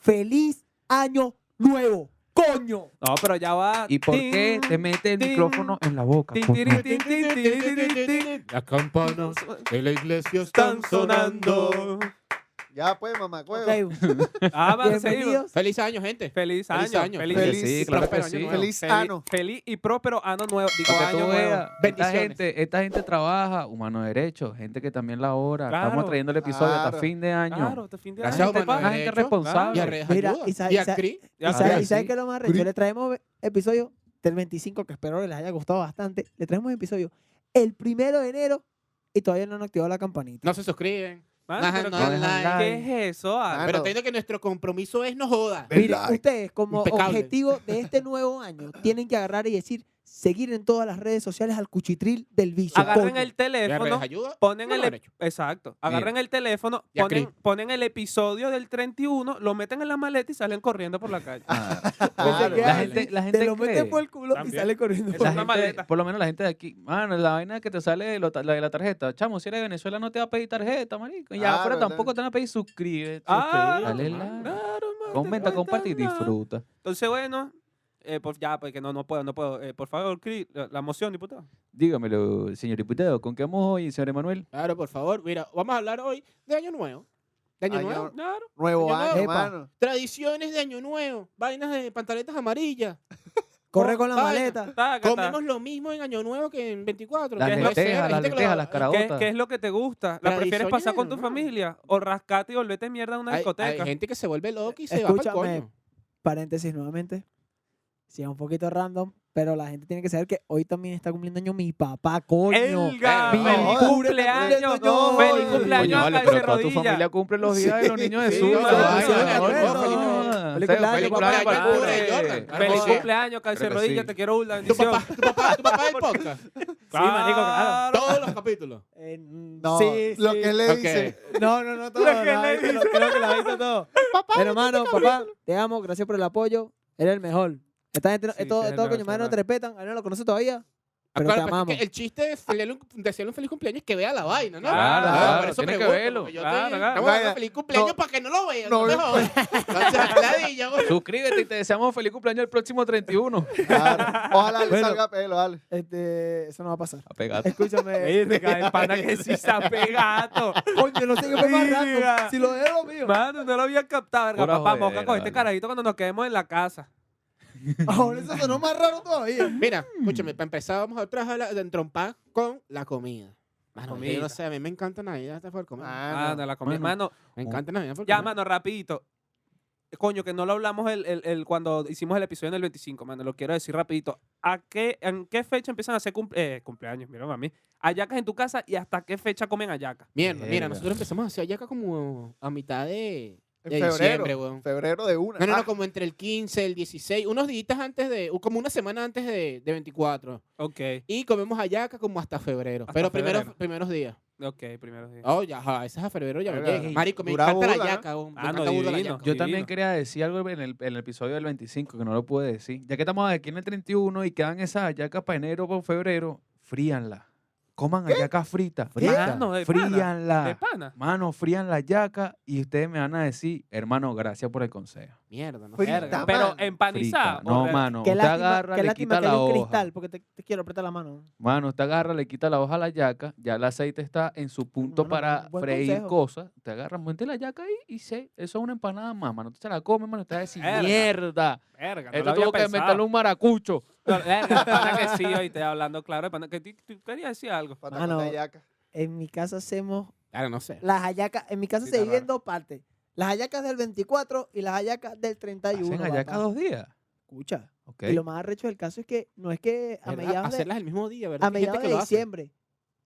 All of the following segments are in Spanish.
feliz año nuevo. Coño. No, pero ya va. ¿Y por qué te mete el tin, micrófono en la boca? tin, coño? tin, tin, tin, tin, tin, tin, tin. Las campanas de la iglesia están sonando. Ya pues, mamá, huevo. Ok, Ah, vale, seguido. Bienvenidos. Feliz año, gente. Feliz Feliz año. año. Feliz, Feliz- Sí, claro que próspero sí. año nuevo. Feliz Feliz- ano. Feliz y próspero ano nuevo. Digo, Para que año tú nuevo. veas, esta Bendiciones. gente, esta gente trabaja, humano derecho, gente que también la hora. Claro, Estamos trayendo el episodio hasta claro. fin de año. Claro, este fin de año. Gracias, ¿qué te humano Una pasa? gente derecho. Claro. Y a responsable. Rejas Mira, Ayuda. y sa- Y y a sa- Cris. ¿Y Ya Ah, sabes, sabes. y sabes sí. qué es lo más recho? Le traemos episodio del 25, que espero les haya gustado bastante. Le traemos episodio el primero de enero y todavía no han activado la campanita. No se suscriben. Mano, Ajá, Ah, pero no ¿qué- dejan like. ¿Qué es eso? ah? Ah, Pero no. entiendo que nuestro compromiso es no joda. Miren, ustedes como Impecable. objetivo de este nuevo año tienen que agarrar y decir seguir en todas las redes sociales al cuchitril del vicio. Agarran coño. el Y a teléfono, Rejas Ayuda. ponen No el... lo han ep- hecho. Exacto. Agarran el teléfono, Y a ponen, ponen el episodio del 31, lo meten en la maleta y salen corriendo por la calle. Ah, Claro, la vale. gente, la gente Te lo cree- meten por el culo y También. sale corriendo. Eso la es una gente- maleta. por lo menos la gente de aquí, mano, la vaina que te sale de lo ta- la de la tarjeta. Chamo, si eres de Venezuela no te va a pedir tarjeta, marico. Y Claro, afuera tampoco claro. te van a pedir suscríbete. Ah, dale mano, like, claro, mano, comenta, te comparte y cuentan nada. disfruta. Entonces, bueno, eh, por, ya, porque no, no puedo, no puedo. Eh, por favor, Cris, la, la moción, diputado. Dígamelo, señor diputado, ¿con qué vamos hoy, señor Emanuel? Claro, por favor. Mira, vamos a hablar hoy de Año Nuevo. De Año Año- Nuevo. Claro. Yo Nuevo no- año, Epa. hermano. Tradiciones de Año Nuevo. Vainas de pantaletas amarillas. Corre con la Vaina. maleta. Tácata. Comemos lo mismo en Año Nuevo que en 24. Las que es lo que sea, lentejas, las gente que lo- lentejas, las ¿Qué, caraotas. qué es lo que te gusta? ¿La prefieres pasar con tu Tradicionero, ¿no? familia? ¿O rascate y volvete mierda a una Hay, hay discoteca? gente que se vuelve loca y se va para Escúchame. coño. Paréntesis nuevamente. Si es un poquito random, pero la gente tiene que saber que hoy también está cumpliendo año mi papá, coño. ¡El gato! Feliz ¡Feliz cumpleaños, cumpleaños! no, ¡Feliz eh. cumpleaños a vale, Cabeza de toda tu Rodilla! familia cumple los días de los niños de Sí, su sí, vaina, sí, vaina, no, sí, sí, no, sí, no, sí, sí, sí, no. Sea, feliz sí, cumpleaños sí, para sí, Jorge. sí, Jordan. Claro ¡Feliz que sí. cumpleaños, Cabeza de Creo que Rodilla! sí. Te quiero una Tu bendición. papá, tu papá, tu papá del podcast. marico, claro. Todos los capítulos. Eh, mm, No, sí, lo sí. que le Ok. dice. No, no, no, todo. Lo que no, le ahí te lo- creo que lo ha visto todo. Pero, hermano, papá, te amo, gracias por el apoyo. Eres el mejor. Esta gente, no- Sí, estos sí, es estos verdad, coño es madre no te verdad. respetan, a él no lo conoce todavía. Ah, Pero te claro, pero es que amamos. El chiste de feliz- desearle un feliz cumpleaños es que vea la vaina, ¿no? Claro, Ah, claro, por eso tiene que pregunto, verlo. porque yo Claro, estoy- claro. Estamos dando Vaya, feliz cumpleaños no. para que no lo vean. No, No, me no. jodas. O sea, ladilla, güey. Suscríbete y te deseamos feliz cumpleaños el próximo 31. Claro. Ojalá le Bueno. salga pelo, dale. Este, eso no va a pasar. Apegate. Escúchame. Viste, cara, el pana que sí se ha pegado. coño, no sé qué fue más Mira. random. Si lo dejé lo mío. Mano, no lo había captado, verga. Pura Papá, jodedera, moca con este vale. carajito cuando nos quedemos en la casa. Ahora eso sonó más raro todavía. Mira, escúchame, para empezar vamos otra vez a hablar de entrompar con la comida. Mano, Comida. yo no sé, a mí me encanta Navidad este hasta por comer. Ah, Mano, no. la comida. Bueno. Mano, me encanta Navidad por ya, comer. mano, rapidito. Coño, que no lo hablamos el, el- el- cuando hicimos el episodio en el 25, mano. Lo quiero decir rapidito. ¿A qué, ¿En qué fecha empiezan a hacer cumple- eh, cumpleaños? Mira, mami. Ayacas en tu casa y hasta qué fecha comen ayacas. Mierda, mira, Verga. nosotros empezamos a hacer ayaca como a mitad de, En de diciembre, febrero. weón. Febrero de una. No, no, Ah, no, como entre el 15, el 16, unos días antes de, u- como una semana antes de, de 24. Ok, Y comemos hallaca como hasta febrero. Hasta pero primero- febrero. primeros días. ok, primero. sí. Oh, ya, a veces a febrero ya no Verga. llegué. Marico, me Dura encanta la bola, ¿no? hallaca. weón. Me Ah, no, encanta burda la divino. hallaca. Yo Divino. también quería decir algo en el, en el episodio del 25 que no lo pude decir. Ya que estamos aquí en el 31 y quedan esas hallacas para enero o febrero, fríanla. Coman hallacas fritas. fritas, Mano, de pana. ¿De fríanla. pana? Mano, frían la yaca y ustedes me van a decir, hermano, gracias por el consejo. Mierda, no Pues, Frita, sé. Verga, Frita, Pero Oh, mano. empanizada. Frita. No, o- mano. qué Usted lástima, agarra, qué le lástima quita que la hay un hoja. cristal, porque te, te quiero apretar la mano. Mano, usted agarra, le quita la hoja a la yaca, ya el aceite está en su punto Hermano, para buen- buen freír consejo. cosas. Te agarra, muente la yaca ahí y se, eso es una empanada más, mano. Usted se la come, mano, usted va a decir, Verga. mierda. Verga, no lo Esto había tuvo que pensado. meterle un maracucho. No, verga, pana que sí, hoy te hablando claro. de pana, que tú- tú querías decir algo. patacón Mano. de hallaca. En mi casa hacemos Claro, no sé. las hallacas. En mi casa Sí, se está dividen raro. dos partes. Las hallacas del 24 y las hallacas del 31. Hacen allá cada papá. dos días. Escucha. Ok. Y lo más arrecho del caso es que no es que a ¿Verdad? mediados de, Hacerlas el mismo día, ¿verdad? a Que hay gente mediados que de lo hace. diciembre,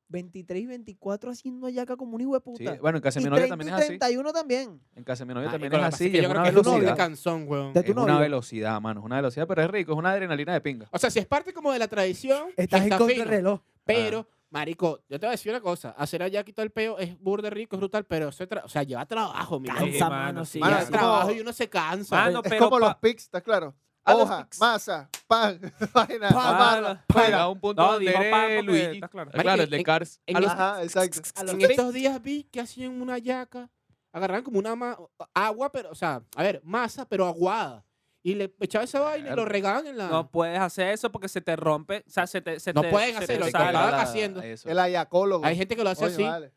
23 y 24 haciendo hallaca como un hijo de Sí, puta. Bueno, en casa de y mi novia 30 y también es así. 31 también. En casa de mi novia Marico, también lo es que pasa es así. que Es yo creo una que es un velocidad. cansón, weón. De Es tu una novio. velocidad, mano. Es una velocidad, pero es rico. Es una adrenalina de pinga. O sea, si es parte como de la tradición, Estás en está contra del Ah. fino. reloj. Pero, marico, yo te voy a decir una cosa. Hacer allá quito el peo es burde rico, es brutal, pero eso es tra- o sea, lleva trabajo, mi Cansa, loco. mano, mano. Sí, Mano, Mano, ya. es como- trabajo y uno se cansa. Mano, Es pero como pa- los pics, ¿está claro? A los Hoja, pics. masa, pan, vaina, Pan. Ah, amarra, Llega fuera. un punto No, donde dijo eres Paco, que Luigi. está claro. Claro, el Marico, de en- Cars. en a los- Ajá, exacto. A los En pics. estos días vi que hacían una yaca agarraban como una ma- agua, pero, o sea, a ver, masa, pero aguada. Y le echaban esa vaina y lo Verga. regaban en la. No puedes hacer eso porque se te rompe. O sea, se te. se No te- pueden se te hacerlo, Se sale. estaban controla haciendo. eso. El pues, ayacólogo. Hay gente que lo hace Coño, así. vale.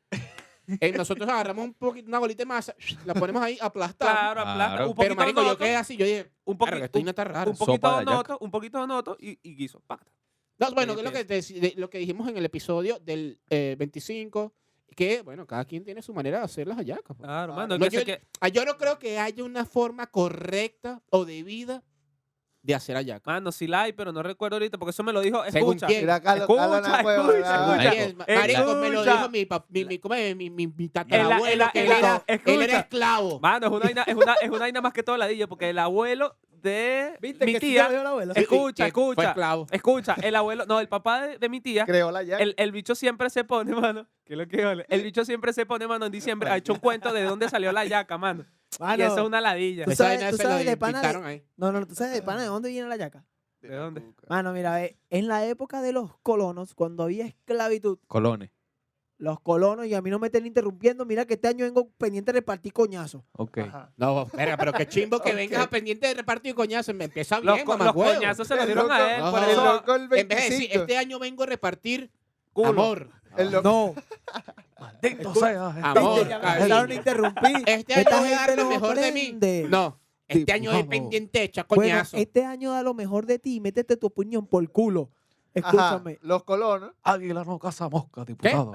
Eh, nosotros agarramos un poquito, una bolita de masa, la ponemos ahí aplastada. Claro, aplasta. Claro. Un pero, poquito marico, de yo noto, quedé así. Yo dije, un, "Verga, poquito esto no está raro. un poquito Sopa de de hallaca. noto, un poquito de noto y, y guiso. pues. Pacta. No, bueno, que es lo Oye, que, te- de- lo que dijimos en el episodio del eh, 25, que, bueno, cada quien tiene su manera de hacer las hallacas. pues. Claro, Ah, mano. no, que yo- se que- Ah, Yo no creo que haya una forma correcta o debida de hacer hallacas. Mano, sí la hay, pero no recuerdo ahorita porque eso me lo dijo. Según Escucha. quién. Mira, Carlos, Carlos, Eh, Escucha, una hueva, escucha, una escucha. vaina. Y es- ma- Marico, me lo Escucha. dijo mi, pap- mi, mi, ¿cómo es? mi, mi, mi El- el- tatarabuelo, que el- él era, escucha. él era esclavo. Mano, es una vaina, es una, es una vaina más que todo ladilla porque el abuelo de ¿Viste mi que sí tía. lo dio el abuelo? Eh, escucha, que escucha. Fue esclavo. Escucha, el abuelo, no, el papá de, de mi tía, Creó la yaca. el, el bicho siempre se pone, mano. ¿Qué es lo que vale? El bicho siempre se pone, mano, en diciembre. Ha hecho un cuento de dónde salió la yaca, mano. Mano, Y eso es una ladilla. Tú Esa sabes- vaina tú se lo sabes de pana de- inventaron ahí. No, no, no, tú sabes de pana de dónde viene la yaca. ¿De dónde? Mano, mira, eh, en la época de los colonos, cuando había esclavitud, Colones. los colonos, y a mí no me estén interrumpiendo, mira que este año vengo pendiente de repartir coñazo. Ok. Ajá. No, verga, pero qué chimbo que vengas a pendiente de repartir coñazos. Me empieza Los, bien, co- mamá, los coñazos se los El dieron loco- a él. Por Ajá. El eso, loco el En vez de decir, 25. este año vengo a repartir culo. amor. Ah. El loco- No, Maldito sea. este- Amor, ya cariño. me dejaron interrumpir. Este año Esta voy a dar gente lo no mejor de aprende. mí. No, este Tipo, año es vamos. pendiente de echar Bueno, coñazo. este año da lo mejor de ti y métete tu opinión por culo. Escúchame. Ajá, Los colonos. Águila no caza mosca, diputado.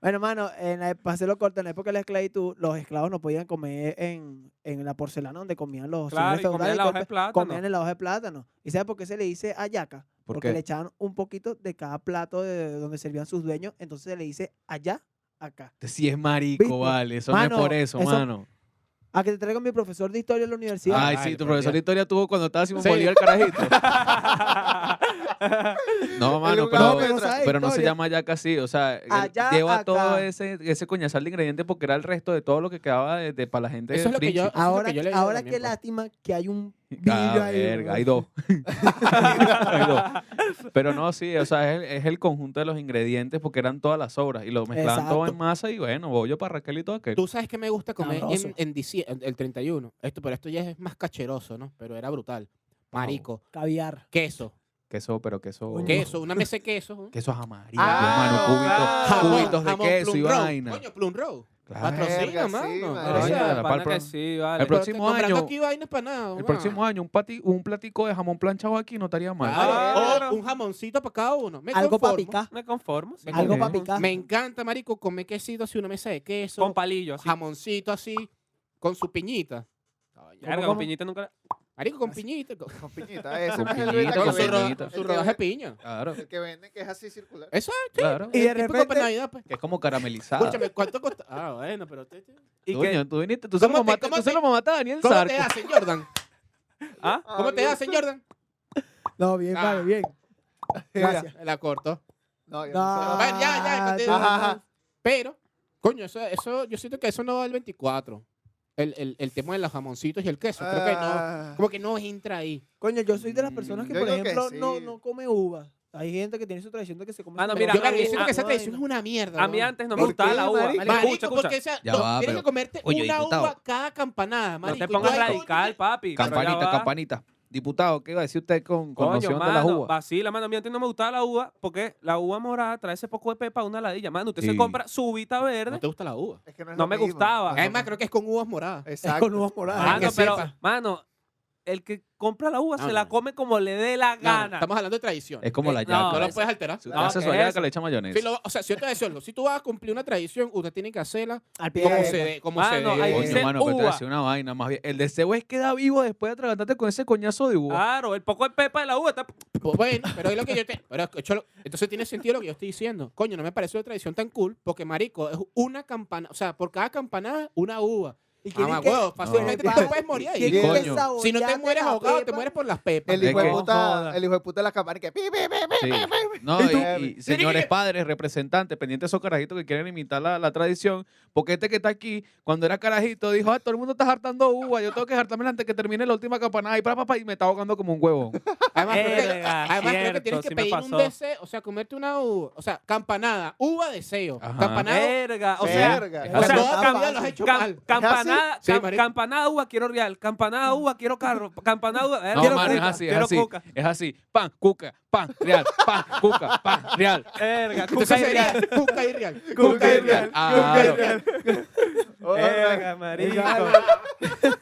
Bueno, mano, en la, para hacerlo corto, en la época de la esclavitud, los esclavos no podían comer en, en la porcelana donde comían los Claro, señores y comían feudales, la hoja de corpe- plátano. comían en la hoja de plátano. ¿Y sabes por qué se le dice ayaca? ¿Por Porque qué? le echaban un poquito de cada plato de donde servían sus dueños, entonces se le dice allá, acá. Si es marico, ¿Viste? vale. Eso no Mano, es por eso, eso- mano. A que te traigo mi profesor de historia de la universidad. Ay, Ay, sí, tu por profesor Dios. de historia tuvo cuando estaba Simón Sí. Bolívar, carajito. No, mano, lugar pero, donde pero sabe pero no se historia. llama yaca así. O sea, él Allá, lleva acá. todo ese, ese coñazal de ingrediente porque era el resto de todo lo que quedaba de, para la gente. Eso es lo que yo- príncipe. eso es lo Ahora, que yo le digo ahora también, qué pues. lástima que hay un Ah, vidrio ahí. verga, ¿verdad? hay dos. Hay dos. Pero no, sí, o sea, es el, es el conjunto de los ingredientes porque eran todas las obras y lo mezclaban todo Exacto. en masa y bueno, bollo para Raquel y todo aquello. Tú sabes que me gusta comer Sabroso. en, en diciembre, el 31. Esto, pero esto ya es más cacheroso, ¿no? Pero era brutal. Marico, Caviar. queso, Queso, pero queso. Coño. queso, una mesa de queso. ¿eh? Quesos amarillos, Ah, mano, jamón, cubitos, cubitos de jamón, queso plum y row. vaina. Ah, Coño, plum row. Claro. Patrocina, Verga, sí, mano. mano. O Coño, sea, la pana pal- que sí, vale. el pro- próximo pero te comprando año- aquí vainas para nada. El próximo año un, pati- un platico de jamón planchado aquí no estaría mal. Claro. O un jamoncito para cada uno. Me Algo para conformo. picar. Me conformo. sí. Me Algo para conformo. picar. Me encanta, marico, comer quesito así, una mesa de queso. Con palillo, así. jamoncito así, con su piñita. Verga, con cómo? piñita nunca la- Marico, con Así. piñita. Con, Con piñita. Ese Con no es el piñita, Luis con que con su, ro- venden. piñita. con su rodaja de piña. Claro. El que venden que es así circular. Eso es, Claro. Y el de típico repente- para Navidad, pues. Que es como caramelizado. Escúchame, ¿cuánto cuesta? Ah, bueno, pero usted... Y que- Coño, tú viniste, tú se ¿Cómo lo te- mamaste, cómo tú se te- lo mamaste a Daniel ¿Cómo te Zarco. hacen, Jordan? ¿Ah? ¿Cómo te hacen, Jordan? No, bien, Ah. vale, bien. Gracias. Me La corto. No, yo No. no sé. Bueno, ya, ya, Ah, conté- ajá, ajá. Pero, coño, eso, eso, yo siento que eso no va al 24. El, el, el tema de los jamoncitos y el queso. Creo que no. Ah, Como que no entra ahí. Coño, yo soy de las personas Mm, que, yo por digo que ejemplo, no, sí. no come uva. Hay gente que tiene su tradición de que se come Mano, su Ah, mira, Yo, melón, creo que a siento mí- que esa vaina. tradición es una mierda. A mí weón. antes no me ¿Por gustaba qué, la uva. marico? Escucha, Marico, escucha. porque esa, Ya no, va, tienes pero- que comerte Oye, una diputado. uva cada campanada, No marico. te y tú pongas ahí- radical, papi. pero ya Campanita, va. campanita. Diputado, ¿qué iba a decir usted con, con Coño, noción mano, de las uvas? Vacila, mano. A mí antes no me gustaba la uva porque la uva morada trae ese poco de pepa una ladilla. Mano, usted se Sí. compra su uvita No verde. te gusta la uva. es que es No lo me mismo. gustaba. Ah, No, no, Además, creo que es con uvas moradas. Eh, Es Exacto. con uvas moradas. Ah, mano, que pero, sepa. mano, el que compra la uva No, se no, la no. come como le dé la No, no, gana. estamos hablando de tradición. Es como Eh, la no, yaca. no pero la ese- puedes alterar. Si no, usted hace ¿qué su es yaca, eso? le echa mayonesa. Si lo- o sea, si yo te voy a decir algo, si tú vas a cumplir una tradición, usted tiene que hacerla Al pie. como de- se dé. Como se Mano, dé. Ah, ahí Coño, dice mano, pero te uva. hace una vaina más bien. El deseo es quedar vivo después de atragantarte con ese coñazo de uva. Claro, el poco de pepa de la uva está. Pues Bueno, pero es lo que yo te. pero escúchalo, entonces tiene sentido lo que yo estoy diciendo. Coño, no me parece una tradición tan cool porque, marico, es una campana. O sea, por cada campanada, una uva. Y quieren Mamá, que- huevo, fácilmente No. tú te puedes morir ahí. quieren que Coño. saboteate Si no te mueres la ahogado, te pepa. mueres por las pepas. El hijo, de que- puta, Joda. el hijo de puta de la cámara que... pi, pi, pi, pi. Sí. No, ¿Y tú? y- y, señores padres, representantes, pendientes de esos carajitos que quieren imitar la, la tradición, porque este que está aquí, cuando era carajito, dijo, ah, todo el mundo está hartando uva, yo tengo que hartarme antes que termine la última campanada y pa, pa, pa, y me está ahogando como un huevo. Además, creo que, Verga, además creo que cierto, tienes que sí me pedir pasó. un deseo, o sea, comerte una uva, o sea, campanada, uva deseo, Ajá. campanada, Verga. O sea, Verga. o o sea, sea, no, toda la cam- vida lo has hecho cam- mal. campanada, ¿Ah, Sí, cam- marico. campanada uva, quiero real. Campanada uva, quiero carro. Campanada uva, eh, No, quiero mano, es cuca, así, es quiero así. cuca. Es así. Pan, cuca, pan, real, pan, cuca, pan, real. Verga, cuca Entonces y sería real. cuca y real. Cuca y real. real. Claro. eh, Hola. Verga, marico.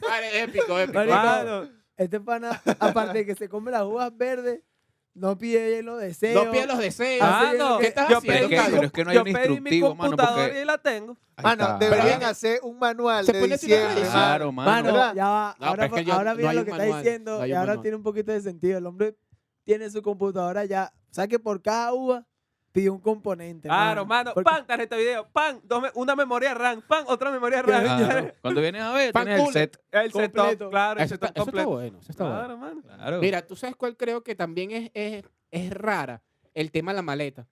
Vale, épico, épico. Marico. Claro. Este pana, aparte de que se come las uvas verdes, no pide bien los deseos. No pides los deseos. Ah, Mano, ¿Qué estás yo pedí haciendo, Pero es que- mi pero es que no hay yo un pedí mi instructivo, mano, computadora porque- y la tengo. Ahí Mano, está. deberían Pero- hacer un manual Se de pone a hacer una diciembre. revisión. mano. Claro, mano. Mano, ¿verdad? ya va. No, ahora pero es que yo- ahora no mira hay lo un que está manual, diciendo no hay y un ahora manual. tiene un poquito de sentido. El hombre tiene su computadora ya. O sea que por cada uva pidió un componente. Claro, mano. Porque- Pan, tarjeta de video. Pan, dos me- una memoria RAM. Pan, otra memoria RAM. Claro. Ah, Cuando vienes a ver, Pan tienes el culo. set. El setup, Completo. claro, el Eso está, setup eso está completo. bueno, eso está bueno. Claro, mano. Claro. Mira, tú sabes cuál creo que también es, es, es rara, el tema de la maleta.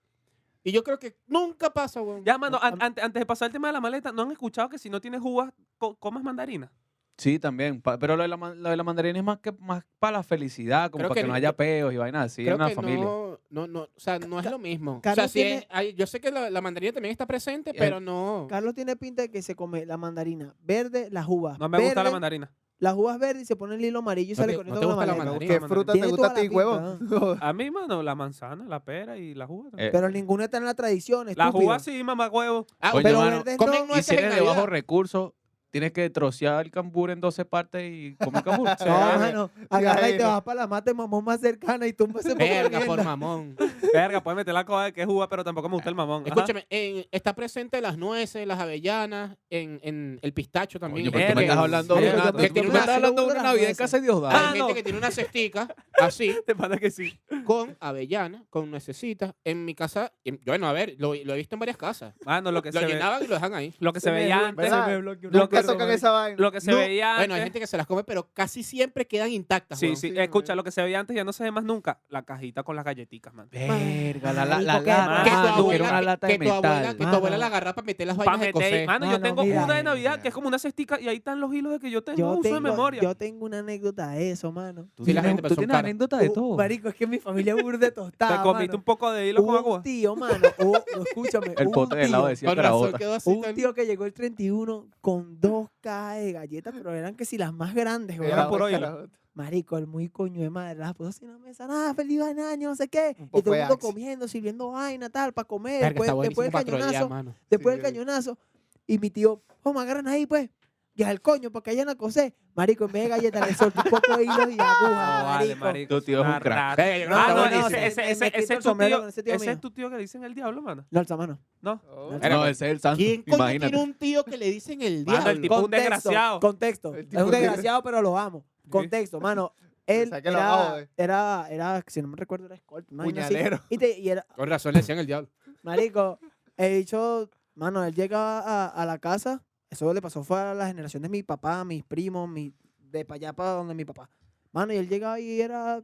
Y yo creo que nunca pasa, weón. Ya, mano, A- an- ante- antes de pasar el tema de la maleta, ¿no han escuchado que si no tienes uvas, co- comas mandarina? Sí, también. pa- Pero lo de la, man- lo de la mandarina es más que más para la felicidad, como Creo para que, que no no- haya peos y vainas así en creo una que familia. no, no, no, o sea, no es lo mismo. O Carlos sea, sí es- tiene- hay- yo sé que la, la mandarina también está presente, Eh, pero no. Carlos tiene pinta de que se come la mandarina verde, las uvas. No me gusta la verdes, mandarina. Las uvas verdes y se pone el hilo amarillo y No sale te- con no esto te con gusta la maleta. mandarina. ¿Qué fruta te Tiene gusta toda a la ti, pinta, huevón? Oh. A mí, mano, la manzana, la pera y las uvas. Eh, Pero ninguna está en la tradición. Eh, Las estúpido. uvas sí, mamá huevo. Ah, Oye, Pero mano, verdes comen no. nueces y si en eres de Navidad. bajos recursos, tienes que trocear el cambur en 12 partes y comer cambur. No, Ah, mano, agarra y te no. vas para la mata de mamón más cercana y tumbas ese poco de Verga, mierda. por mamón. Verga, puedes meter la cosa de que es uva, pero tampoco me gusta el mamón. Ajá. Escúchame, en- está presente las nueces, las avellanas, en, en el pistacho también. Coño, pero tú Verga. me estás hablando de Marico, una, yo tú que me tiene prefiero estás una, hacer hablando de una de una las Navidad en nueces. casa de Diosdado. Ah, hay no. gente que tiene una cestica así, Te pasa que sí. con avellana, con nuecesitas. En mi casa, en- bueno, a ver, lo, lo he visto en varias casas. Mano, lo que Lo se, ve- llenaban y lo dejan ahí. lo que se me veía duele, antes. ¿verdad? bloqueó una Lo que- Nunca mierda, tocan marico. esa vaina. eh, Lo que se No, veía antes. Bueno, hay gente que se las come, pero casi siempre quedan intactas. Ah, Sí, weón. sí, Sí, escucha, marico. lo que se veía antes ya no se ve más nunca. La cajita con las galletitas, man. Verga, la, la, Marico, la qué lata, Que Ah, mano, tu que abuela, era una que- lata que, de tu abuela, metal. Ah, que tu Mano. abuela la agarra para meter las Pa' vainas de meter, coser. mano, yo Mano, tengo mira. una de Navidad que es como una cestica y ahí están los hilos de que yo tengo Yo uso tengo, de memoria. yo tengo una anécdota de eso, mano. Tú Sí, la tienes- gente tú Uh, pasó tienes cara. anécdota de Hubo- todo. Marico, es que mi familia es burde tostada. Te comiste mano. un poco de hilo con Hubo agua. Un tío, mano. hubo- no, escúchame. El hubo pote un de helado tío- decía Con que era razón otra. quedó así. Hubo tan- un tío que llegó el 31 con dos cajas de galletas, pero eran que si las más grandes, Era weón. Eran por otra, hoy, era otra. Marico, el muy coño de madre, las puso así en la mesa, nada, feliz año, no sé qué. Un Y poco todo de el mundo Axe. comiendo, sirviendo vaina, tal, para comer. Verga, después, está después buenísimo el para trolear, cañonazo, mano. después el Sí. cañonazo. Y mi tío, oh, me agarran ahí, pues. Y al coño, para que vayan a coser. Marico, en vez de galletas, le soltó un poco de hilo y aguja. No, Ah, vale, marico. marico. Tu Este tío es un crack. Narrar. Verga, yo creo que Ah, está no, buenísimo. ese, ese, Me ese, quito ese el es tu sombrero tío, con ese, ese tío mío. es tu tío que le dicen el diablo, mano. No, alza mano. No. Oh, Era- No, ese es el santo. ¿Quién coño Imagínate. tiene un tío que le dicen el Mano, diablo? el tipo- un desgraciado. Contexto. El Es tipo un un desgraciado, pero lo amo. Contexto, mano. Él sea, que lo amo, era, eh. era, era, si no me recuerdo, era escolta. una vaina así. Puñalero. Y, te- y era, Con razón le decían el diablo. marico, he dicho, mano, él llegaba a, a la casa. Eso le pasó fue a la generación de mi papá, mis primos, mi, de para allá para donde mi papá. Mano, y él llegaba y era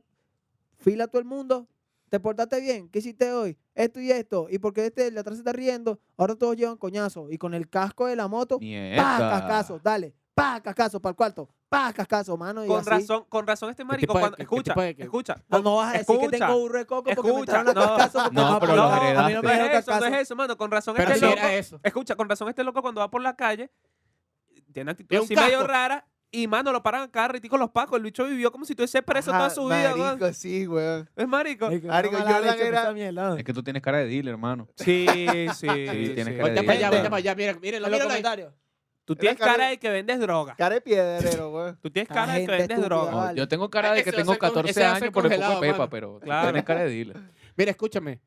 fila a todo el mundo. ¿Te portaste bien? ¿Qué hiciste hoy? Esto y esto. ¿Y por qué este el de atrás se está riendo? Ahora todos llevan coñazo. Y con el casco de la moto, pa, cascazo, Mierda. dale, pa, cascazo, para el cuarto, pa, cascazo, mano. Y Con así. razón, con razón este marico. tipo de- cuando- qué- qué escucha, tipo de- qué- escucha. No, no vas a decir que Escucha, tengo burro de coco porque me escucha, echaron a no. cascazo. porque No, pero los a mí no me heredaste. No dieron es eso, no cascazo. es eso, mano. Con razón Pero este si loco. eh. era eso. Escucha, con razón este loco cuando va por la calle tiene actitud Es un así medio casco. rara y mano lo paran acá ritico los pacos, el bicho vivió como si tuviese preso toda Ajá, su vida, weón. Marico, sí, weón. Es marico. Marico, Marico, no me la Jordan leche, era- esa mierda. Es que tú tienes cara de dealer, hermano. Sí, sí. tienes sí. que Voltea para allá, Verga. voltea para allá. Mira, mírenlo, En los mírenlo ahí. comentarios. Tú tienes cara- cara de que vendes droga. Cara de piedrero, weón. Tú tienes La cara de que gente vendes estúpida, droga. va. Vale. Yo tengo cara de Ese que va a tengo ser con- 14 ese va a ser años por el poco de congelado, pepa, mano. pero tú Claro. tienes cara de dealer. Mira, escúchame.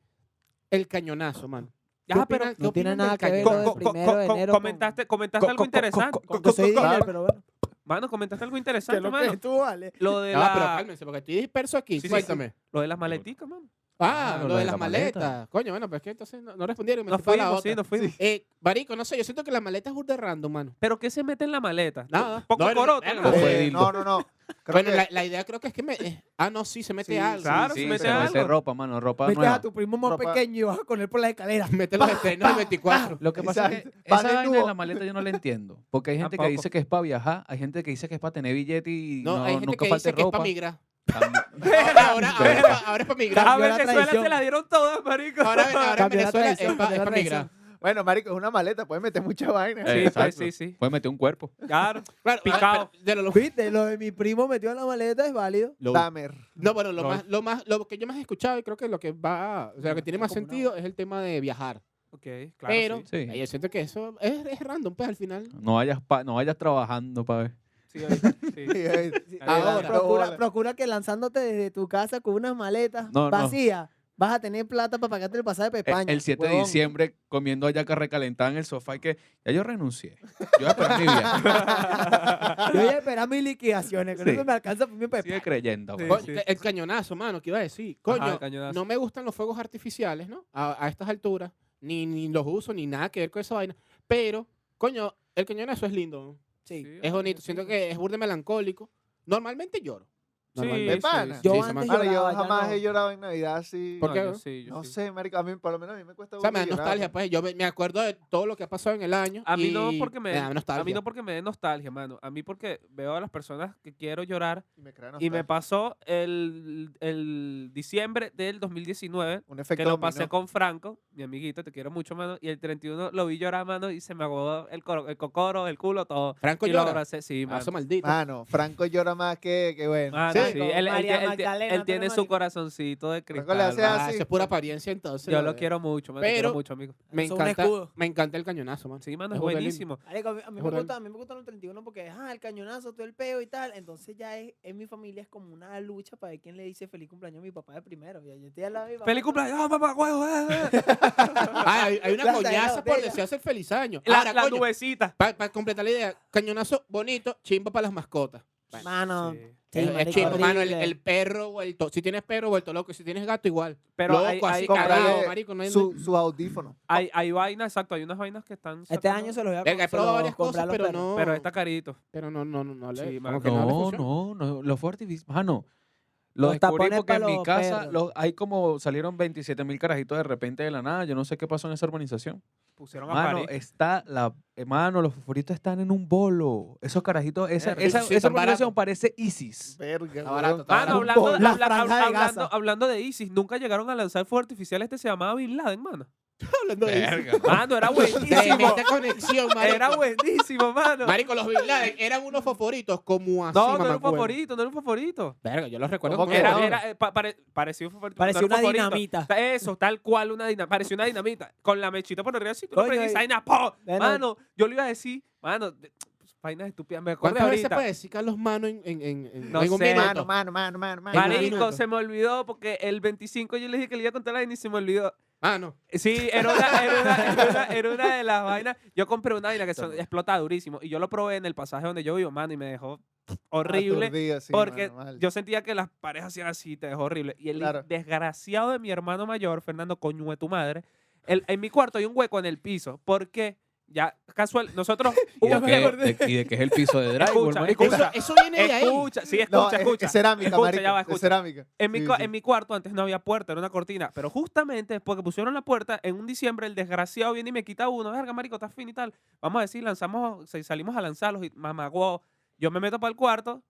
El cañonazo, mano. Ya, ¿Qué pero opinas- qué no tiene opinas nada del que ver cañonazo? lo co- del co- primero de co- enero con- comentaste, comentaste con- algo con- con- interesante. Con que soy dealer, pero bueno. Mano, comentaste algo Que interesante, lo que mano. tú, vale. Lo de No, Ah, pero la cálmense, porque estoy disperso aquí. Sí, sí, sí. Cuéntame. lo de las maleticas, mano. Ah, Claro, lo de las maletas. Coño, bueno, pues que entonces no, no respondieron. Me Nos fui para la fuimos, otra. sí, nos fuimos. Eh, marico, no sé, yo siento que la maleta es burda de random, mano. ¿Pero qué se mete en la maleta? Nada. Un Poco No, no, coroto. ¿no? no, no, Eh, no. fue dildo. no, no, no. Creo bueno, que- la, la idea creo que es que me... eh, ah, no, sí, se mete Sí, algo. claro, sí, se sí, mete pero esa es algo. ropa, mano, ropa Metes nueva. a tu primo más Ropa- pequeño y vas a con él por las escaleras. Mete los estrenos del 24. Lo que pasa es que Exacto. Va esa vaina de desnudo. la maleta yo no la entiendo. Porque hay gente que Tampoco. dice que es para viajar, hay gente que dice que es para tener billete y No, no, hay gente nunca que falte dice que es ropa. para migrar. También- Ahora, ahora, ahora, es pa- ahora es para migrar. A Cambió la Venezuela se tradición. la dieron todas, marico. Ahora, ahora en Cambió la Venezuela es tradición, para cambió la migrar. Bueno, marico, es una maleta, puedes meter mucha vaina. Sí, Eh, pues, exacto. sí, sí. Puedes meter un cuerpo. Claro. Claro, ah, Picado. pero de lo- lo- ¿Viste? Lo de mi primo metió en la maleta es válido. lo- Tamer. no, bueno, lo Lol. más, lo más, lo que yo más he escuchado y creo que lo que va, o sea, lo que tiene más Como una sentido es el tema de viajar. Ok, claro. Pero sí. Sí. eh, yo siento que eso es, es random, pues al final. No vayas, pa- no vayas trabajando para ver. Eh, Sí, ahorita, sí. Ahora. Ahora. Procura, procura que lanzándote desde tu casa con unas maletas No, no. vacías, vas a tener plata para pagarte el pasaje para El- España. el 7 de huevón. diciembre comiendo hallaca recalentada en el sofá y que ya yo renuncié. Yo espero mi viaje. Yo voy a esperar mis liquidaciones, que Sí. no me alcanza para mi pepa. Sigue creyendo. Sí, güey. Coño, sí. El cañonazo, mano, que iba a decir. Coño, Ajá, el cañonazo. no me gustan los fuegos artificiales, ¿no? A, a estas alturas. Ni, ni los uso, ni nada que ver con esa vaina. Pero, coño, el cañonazo es lindo. ¿no? Sí. Sí, Es bonito. sí. Siento que es burde melancólico. Normalmente lloro. Normalmente. De pana. Yo Sí, se antes me- Ahora, yo lloraba, ya jamás no. he llorado en Navidad así. ¿Por qué? No, yo sí, yo No sí. sé, marico, a mí por lo menos a mí me cuesta O sea, me da burda llorar, nostalgia, pues. pues. Yo me, me acuerdo de todo lo que ha pasado en el año. A mí no y porque me, da nostalgia. a mí no porque me dé nostalgia, mano. A mí porque veo a las personas que quiero llorar Y me crea y me nostalgia. pasó el, el diciembre del 2019 Un efecto que lo pasé dominó. con Franco, mi amiguito, te quiero mucho, mano, y el 31 lo vi llorar, mano, y se me agobó el, coro- el cocoro, el culo, todo. Franco Y lo llora. abracé, sí, Ah, mano. Eso maldito. Mano, Franco llora más que, que bueno. Mano, Sí, sí, Él, él- María él- él- Magdalena, él tiene pero su marico. corazoncito de Franco cristal. le hace mano. Ah, así. eso es pura apariencia, entonces. Yo lo brotero. quiero mucho, mano, te quiero Pero- mucho, amigo. Me Es un encanta, escudo. me encanta el cañonazo, man. Sí, mano, Es es burda de lindo. buenísimo. Marico, a mí, a mí Es me brutal. gusta, a mí me gustan los 31 porque ah, el cañonazo, todo el peo y tal. Entonces ya es, en mi familia es como una lucha para ver quién le dice feliz cumpleaños a mi papá de primero. Ya yo estoy al lado de mi papá. ¡Feliz cumpleaños, ¡Ah, papá, huevo! eh, eh! Ah, hay, hay una Plaza de coñaza los por Vegas. desearse el feliz año. La, Ahora, la coño, nubecita. para completar la idea, cañonazo bonito, chimba para las mascotas. Bueno, Mano, Sí. sí, es, es marico, chimbo, mano. El, horrible. el perro vuelto. Si tienes perro vuelto loco, si tienes gato, igual. Pero loco, hay, así hay, cagado, hay- eh, marico. No hay Su, su audífono. hay- hay vainas, exacto, hay unas vainas que están. Este sacando- año se los voy a Verga, he se probado los varias cosas, comprar los pero perros. no. Pero está carito. Pero no, no, no, no le. Sí, como mano. que no, le No, funciona. no, no, lo fue artificial. Mano, lo Los descubrí tapones porque en pa' mi los casa perros. los- hay como salieron 27 mil carajitos de repente de la nada. Yo no sé qué pasó en esa urbanización. Pusieron a Mano, parir. está la. eh, Mano, los fosforitos están en un bolo. Esos carajitos, esa, Verga. esa, Sí, esa tan barato. urbanización parece ISIS. Verga. Está barato, weón. está Mano, barato. Ah, hablando, Fútbol, habla- la habla- franja de hablando- Gaza. hablando de ISIS, nunca llegaron a lanzar fuego artificial este se llamaba Bin Laden, mano. Hablando de eso. Ah, Mano, Ah, era buenísimo. Tremenda conexión, marico. era buenísimo, mano. Marico, los Bin Laden eran unos favoritos como así. No, no era un mamacuevo. favorito, no era un favorito. Verga, yo los recuerdo ¿Cómo como que era. no? Era, era, eh, pa- pare- parecía un favorito. Parecía no era una un favorito. dinamita. Ta- Eso, tal cual una dinamita. Parecía una dinamita. Con la mechita por arriba, así, tú lo Coño, prendías, y- vaina, ¡po! Bueno, Mano, yo le iba a decir, mano, de- pues, vainas estúpidas. Me acordé ¿Cuántas veces ahorita. puede decir Carlos Mano en, en, en, en- No en un sé. minuto? Mano, mano, mano, mano, mano. Vale. un Marico, minuto. se me olvidó porque el 25 yo le dije que le iba a contar la vaina y se me olvidó. Mano. Sí, era una, era una- era una- era una de las vainas. Yo compré una vaina que son- explota durísimo y yo lo probé en el pasaje donde yo vivo, mano, y me dejó horrible. Aturdido, sí, porque mano, mal. yo sentía que las parejas hacían así, te dejó horrible. Y el Claro. desgraciado de mi hermano mayor, Fernando, coño de tu madre, el- en mi cuarto hay un hueco en el piso porque ya casual, nosotros... ¿Y de, hubo- qué, de- y de qué es el piso de Dragon, Escucha, marico? escucha. Eso, eso viene de ahí. Ah, Escucha, sí, No, escucha, es- escucha. Es cerámica, Escucha, marico. ya va, Es escucha. cerámica. En mi, Sí, cua- sí. en mi cuarto antes no había puerta, era una cortina. Pero justamente porque pusieron la puerta, en un diciembre el desgraciado viene y me quita uno. Verga, marico, estás fin y tal. Vamos a decir, lanzamos, se- salimos a lanzarlos y mamá, guau. Yo me meto para el cuarto,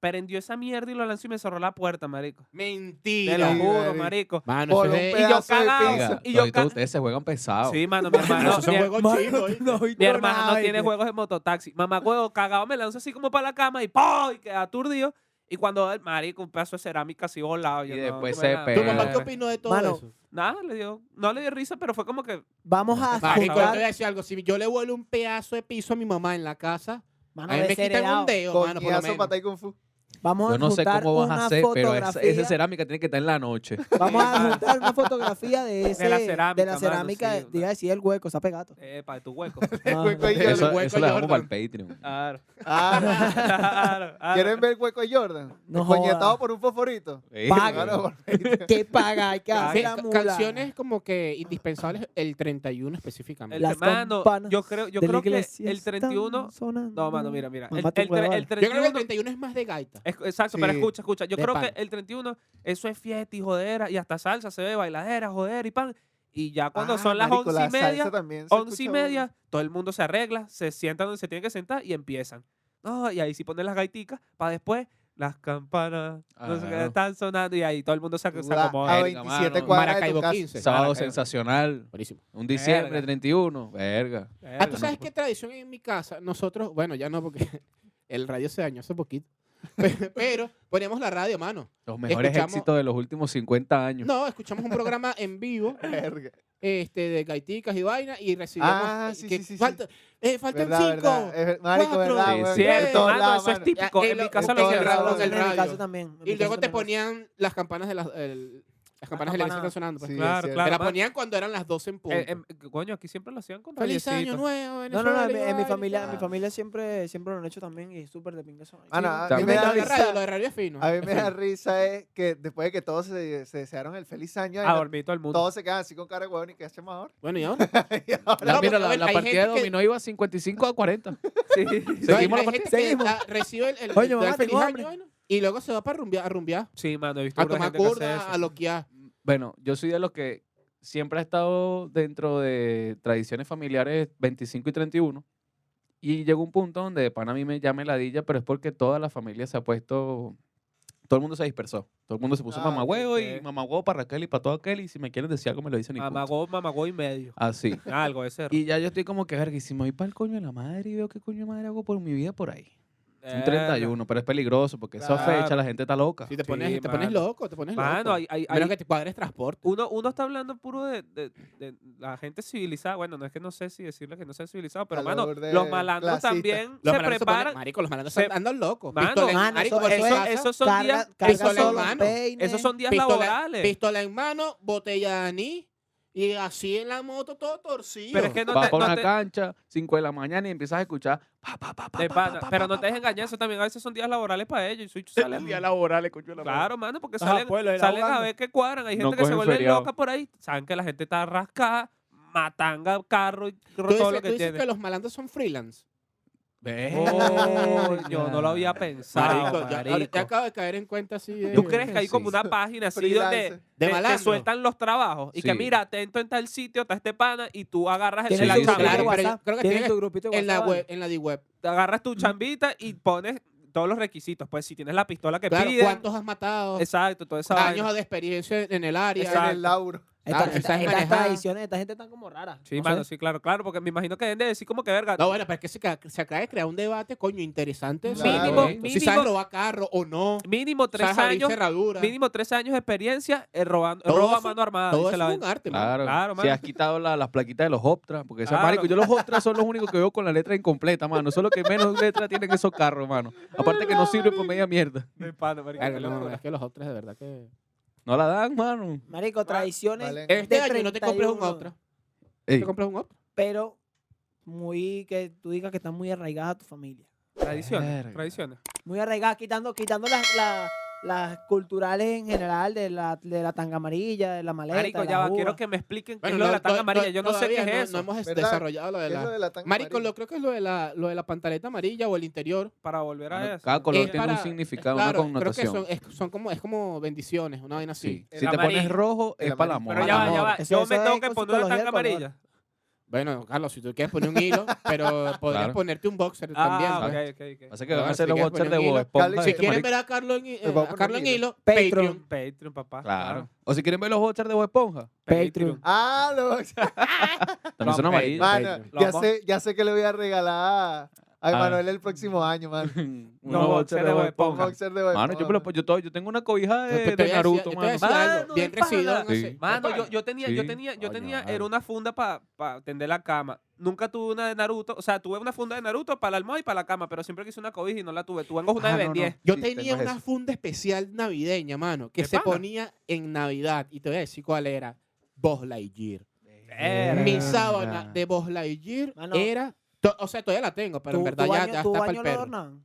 prendió esa mierda y lo lanzó y me cerró la puerta, marico. Te lo Mentira. Sí, juro, marico. marico. Mano, Por eso un es... yo pedazo de cagao. pizza. Y Y yo ca- ustedes se juegan pesado. Sí, mano, mi hermano. Eso son mi- juegos Mano, chicos. tú ¿eh? no viste mi hermano no nada, tiene ¿viste? juegos de mototaxi. Mamá, huevo, cagado, me lanzo así como para la cama y ¡pum! Y queda aturdido. Y cuando el marico, un pedazo de cerámica así volado. yo Y no, después no se me la- ¿Tu pega. papá qué opinó de todo Mano, eso? Nada, le dio, no le dio risa, pero fue como que. Vamos a Marico, yo te voy a jugar. decir algo. Si yo le vuelo un pedazo de piso a mi mamá en la casa, Mano, a mí me quitan desheredado. un dedo, mano, por lo Coñazo menos. patay kung fu. Vamos a Yo no sé juntar cómo vas una a hacer, pero esa, fotografía- esa cerámica tiene que estar en la noche. Vamos a juntar una fotografía de ese. la cerámica, De la mano, cerámica, sí, de- una- te iba a decir el hueco, está pegado. Epa, de tu hueco. Ah, hueco ahí. el Eso, hueco eso lo dejamos para Jordan. el Patreon. Claro, Ah, claro, claro. ¿Quieren ver el hueco de Jordan? No joda. Coñetado por un fosforito. Paga. Claro, por- ¿Qué paga? Hay que Ah, hacer Ca- la mula. canciones como que indispensables el 31 específicamente. El, Las mano, campanas yo creo, yo de la creo que iglesia el 31. están sonando. No, mano, mira, mira. El, Mamá, te el puedo tre- el dar. 31. Yo creo que el 31 es más de gaita. Es- Exacto, pero Sí. escucha, escucha. Yo De creo pana. que el 31, eso es fiesta y jodera, y hasta salsa se ve, bailadera, joder y pan. Y ya cuando Ah, son las marico, once la y media, salsa también se once y escucha media, todo el mundo se arregla, se sienta donde se tiene que sentar y empiezan. No, y ahí sí ponen las gaiticas para después las campanas no sé qué, Claro. están sonando y ahí todo el mundo se, ac- se Ua, acomoda. A Verga, 27 mano. cuadras de Maracaibo tu casa. 15. Sábado Maracaibo. sensacional. Buenísimo. Un diciembre, Verga. 31. Verga. Ah, ¿tú sabes qué tradición hay en mi casa? Nosotros, bueno, ya no porque el radio se dañó hace poquito. Pe- Pero ponemos la radio, mano. Los mejores Escuchamos- éxitos de los últimos 50 años. No, escuchamos un programa en vivo Verga. este, de gaiticas y vaina y recibimos... Ah, eh, sí, que sí, sí, sí. faltan eh, faltan Verdad, cinco. verdad. Es ver- Marico, cuatro, verdad, Sí, weón. sí. En Cierto, todos mano, lados, eso es mano. típico. Ya, en eh, mi lo- casa en lo todos hicieron. lados. En el mi casa radio. también. en mi Y casa luego te también. ponían las campanas de las, el- las campanas de la iglesia campanadas. están sonando. pues. Sí, Te Claro, es claro. la mano. ponían cuando eran las 12 en punto. Eh, em, coño, aquí siempre lo hacían con Feliz año rayecitos. nuevo. No, no, no, en, mi- Venezuela, en mi y familia, en vaina. mi familia siempre, siempre lo han hecho también y es súper de pinga eso. Mano, Sí, a sí, mí también. me Lo da de la radio, lo risa. de radio es fino. A mí me Es da fino. risa es que después de que todos se, se desearon el feliz año, A y no- dormir Ah, todo el mundo. todos se quedan así con cara de huevón y que hacemos ahora. Bueno, ¿y ahora? Y ahora- La, mira, No, pero, la, a ver, la hay partida de gente que- dominó iba 55 a 40. Sí. No, hay- Seguimos la hay partida. gente que Seguimos. ah, recibe el, el- Oye, el mamá, tengo feliz hambre. año vaina, y luego se va para rumbear, a rumbear, Sí, mano, he visto a burda de tomar gente que hace curda, eso. a loquear. Bueno, yo soy de los que siempre ha estado dentro de tradiciones familiares 25 y 31. Y llegó un punto donde de pan a mí me llame ladilla, pero es porque toda la familia se ha puesto. Todo el mundo se dispersó. Todo el mundo se puso Ah, ok, mamagüeo y ok. mamagüeo para Raquel y para todo aquel. Y si me quieren decir algo, me lo dicen y punto. Ah, Mamagó, mamagó y medio. Así. Algo ese. Y ya yo estoy como que, verga, y si me voy para el coño de la madre y veo qué coño de madre hago por mi vida por ahí. Es un 31, pero es peligroso porque esa Claro. fecha la gente está loca. Si te pones, te pones mano. loco, te pones Mano, loco. hay, hay, Menos hay- que te cuadres transporte. uno, uno está hablando puro de, de- de la gente civilizada. Bueno, no es que no sé si decirle que no sea civilizado, pero A lo mano, burde los malandros clasista. también se Los malandros se ponen- preparan. marico, los malandros se- andan locos. Mano, pistola en, mano, marico, eso- por su eso- casa, esos son carga- días, carga pistola en solo mano. peine. esos son días pistola, laborales. pistola en mano, botella de anís, y así en la moto todo torcido. pero es que no Vas te, para no una te- cancha, 5 de la mañana y empiezas a escuchar. Pa, pa, pa, pa, de pa, pana, pa, pa, pero pa, no te dejes pa, engañar, eso también a veces son días laborales para ellos. Y soy- pa. salen- Día laboral, coño de la madre. Claro, mano, porque Ajá, salen, pues, lo del salen a ahogando. ver que cuadran. Hay No gente que se cogen vuelve feriado. loca por ahí. Saben que la gente está rascada, matanga, carro y Tú todo dices, lo tú que dices tiene. que los malandros son freelance. Oh, yo no lo había Verga. pensado. Marico, ya- ahora- marico. ya acabo de caer en cuenta así. de- ¿Tú crees que hay Sí, como sí. una página así Freelance. donde De te- te, malandro. sueltan los trabajos? Y que Sí. mira, atento en tal sitio, está este pana y tú agarras el, Tienen la tu sí, grupito chamba, de claro, pero yo WhatsApp, creo que tienen tienen tu grupito de En la WhatsApp, web, en la de web. te agarras tu chambita y pones todos los requisitos. Pues si tienes la pistola que Claro, piden. ¿cuántos has matado? Exacto, toda esa vaina. Años de experiencia en el área. En el Lauro. Esta- Claro, esta- estás Estas manejando. tradiciones, esta gente está como rara. Sí, no sé. mano, sí, claro, claro, porque me imagino que deben de decir como que verga. No, bueno, pero es que se, ca- se acaba de crear un debate, coño, interesante. sobre Mínimo, esto. mínimo- Si sabes robar carro o no. mínimo tres sabes abrir años, cerradura. mínimo tres años de experiencia eh, robando, Todo roba a eso- mano armada. Todo dice eso la es un vaina. arte, man. Claro, Claro, si mano. has quitado la- las plaquitas de los Optras, porque ese Claro. marico, yo los Optras son los únicos que veo con la letra incompleta, mano. Son los que menos letra tienen esos carros, mano. Aparte que no sirven por media mierda. De pana, marico, Verga, qué no, locura. es que los otros de verdad que... No la dan, mano. Marico, tradiciones. Valen. de Este año no te compres un 31, Optra. Ey, ¿Te compras un Optra? Pero muy que tú digas que están muy arraigadas a tu familia. Tradiciones, Verga. tradiciones. Muy arraigadas, quitando, quitando las, las, las culturales en general, de la, de la tanga amarilla, de la maleta. Marico, de ya las va, uvas. quiero que me expliquen qué es lo de la to- tanga to- amarilla. Yo no sé qué es todavía eso. No, no hemos ¿Verdad? desarrollado lo de ¿Qué es lo la... de la tanga Marico, amarilla? lo creo que es lo de la, lo de la pantaleta amarilla o el interior. Para volver a Bueno, eso. cada color Es Eh, tiene un para- significado, una claro, connotación. Creo que son, es, son como, es como bendiciones, una vaina así. Sí. El Si te amarillo. pones rojo, El es para la amarillo. moda. Pero ya va, ya va. Eso- Yo eso me es tengo que con poner una psicología del tanga color. amarilla. Bueno, Carlos, si tú quieres poner un hilo, pero podrías Claro. ponerte un pues, boxer también. pues. Ah, ¿sabes? ok, ok, ok. Así que van Claro, a ser si los quieres boxers de poner un Bob hilo. Esponja. Ah, Cali- de Si Este quieren marico. ver a Carlos en, eh, Te voy a a Carlos en poner hilo, Patreon. Patreon. Patreon, papá. Claro. O si quieren ver los boxers de Bob Esponja. Patreon. Ah, lo- También son Los amarillos. Mano, Lo ya vamos- sé, ya sé que le voy a regalar Ay, Ah. Manuel, el próximo año, mano. Unos boxers de Bob Esponja. Boxer de Bob Mano, yo, me los- Esponja. yo, to- yo tengo una cobija Te- te de, Eh, voy de a decir- Naruto, te voy a mano. decir algo, Mano, bien de pana. recibido, no Sí. sé. Mano, de yo, pana. yo tenía, yo Sí. tenía, yo Coño, tenía, vale. era una funda para tender la cama. Nunca tuve una de Naruto, o sea, tuve una funda de Naruto para la almohada y para la cama, pero siempre quise una cobija y no la tuve. Tuve una Ah, de no, Ben no. 10. Yo Sí, tenía tengo una eso. funda especial navideña, mano, que ¿De se pana? ponía en Navidad. Y te voy a decir cuál era. Buzz Lightyear. Verga. Mi sábana de Buzz Lightyear Mano. era... to- O sea, todavía la tengo, pero en Tu- verdad tu ya, baño- ya tu está para baño el lo perro. adornan,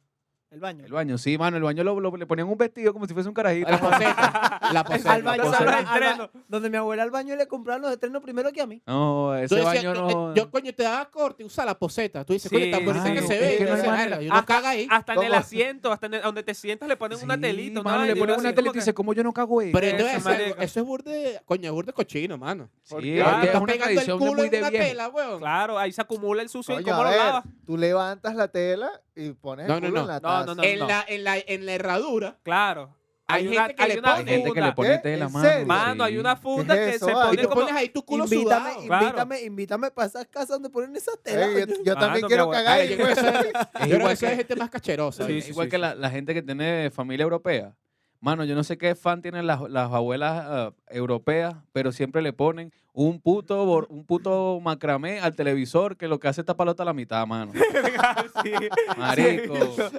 El baño. El baño, sí, mano. El baño lo, lo- le ponían un vestido como si fuese un carajito. La poseta. La poseta. Al baño, la Al al poseta. ba- al ba- estreno. donde mi abuela al baño le compraron los estrenos primero que a mí. No, ese Yo decía, baño no, eh, no. yo, coño, te daba corte, usa la poseta. Tú dices, Sí, coño, tan bonita sí. que Es se ve. que y no hay dices, manera. "Verga, yo no Hasta- caga ahí. Hasta en el ¿Cómo? asiento, hasta en el- donde te sientas le ponen una Sí, telita, una mano, le vaina, ponen así una como telita y que- dice, ¿cómo yo no cago esto? Pero te voy a Eso, decir algo, marica. eso es burde, coño, es burde cochino, mano. Sí, Porque- es Claro, que es estás una pegando el tradición de culo muy en de una viejo. tela, weón. Claro, ahí se acumula el sucio y Coño, cómo a lo ver, lavas. Tú levantas la tela y pones No, el no, culo no. en la No, taza. no, no. en, la, en, la, en la herradura. Claro. Hay gente que le Hay gente que le funda. pone ¿Qué? tela, ¿En mano. serio? Mano, hay Sí. una funda ¿Qué es que eso, se vale? pone Y tú como... pones ahí tu culo invítame, sudado. Claro. invítame, invítame para esas casas donde ponen esas telas. Ey, yo, coño. yo Mano, también mi quiero abuela- cagar. Ay, y pues, yo- eso- Es Yo creo que igual eso es que, gente más cacherosa. Sí, ¿eh? sí, igual sí, que sí. La, la gente que tiene familia europea. Mano, yo no sé qué fan tienen las, las abuelas ah, europeas, pero siempre le ponen un puto, bor- un puto macramé al televisor que lo que hace es pelota a la mitad, mano. Sí. Marico.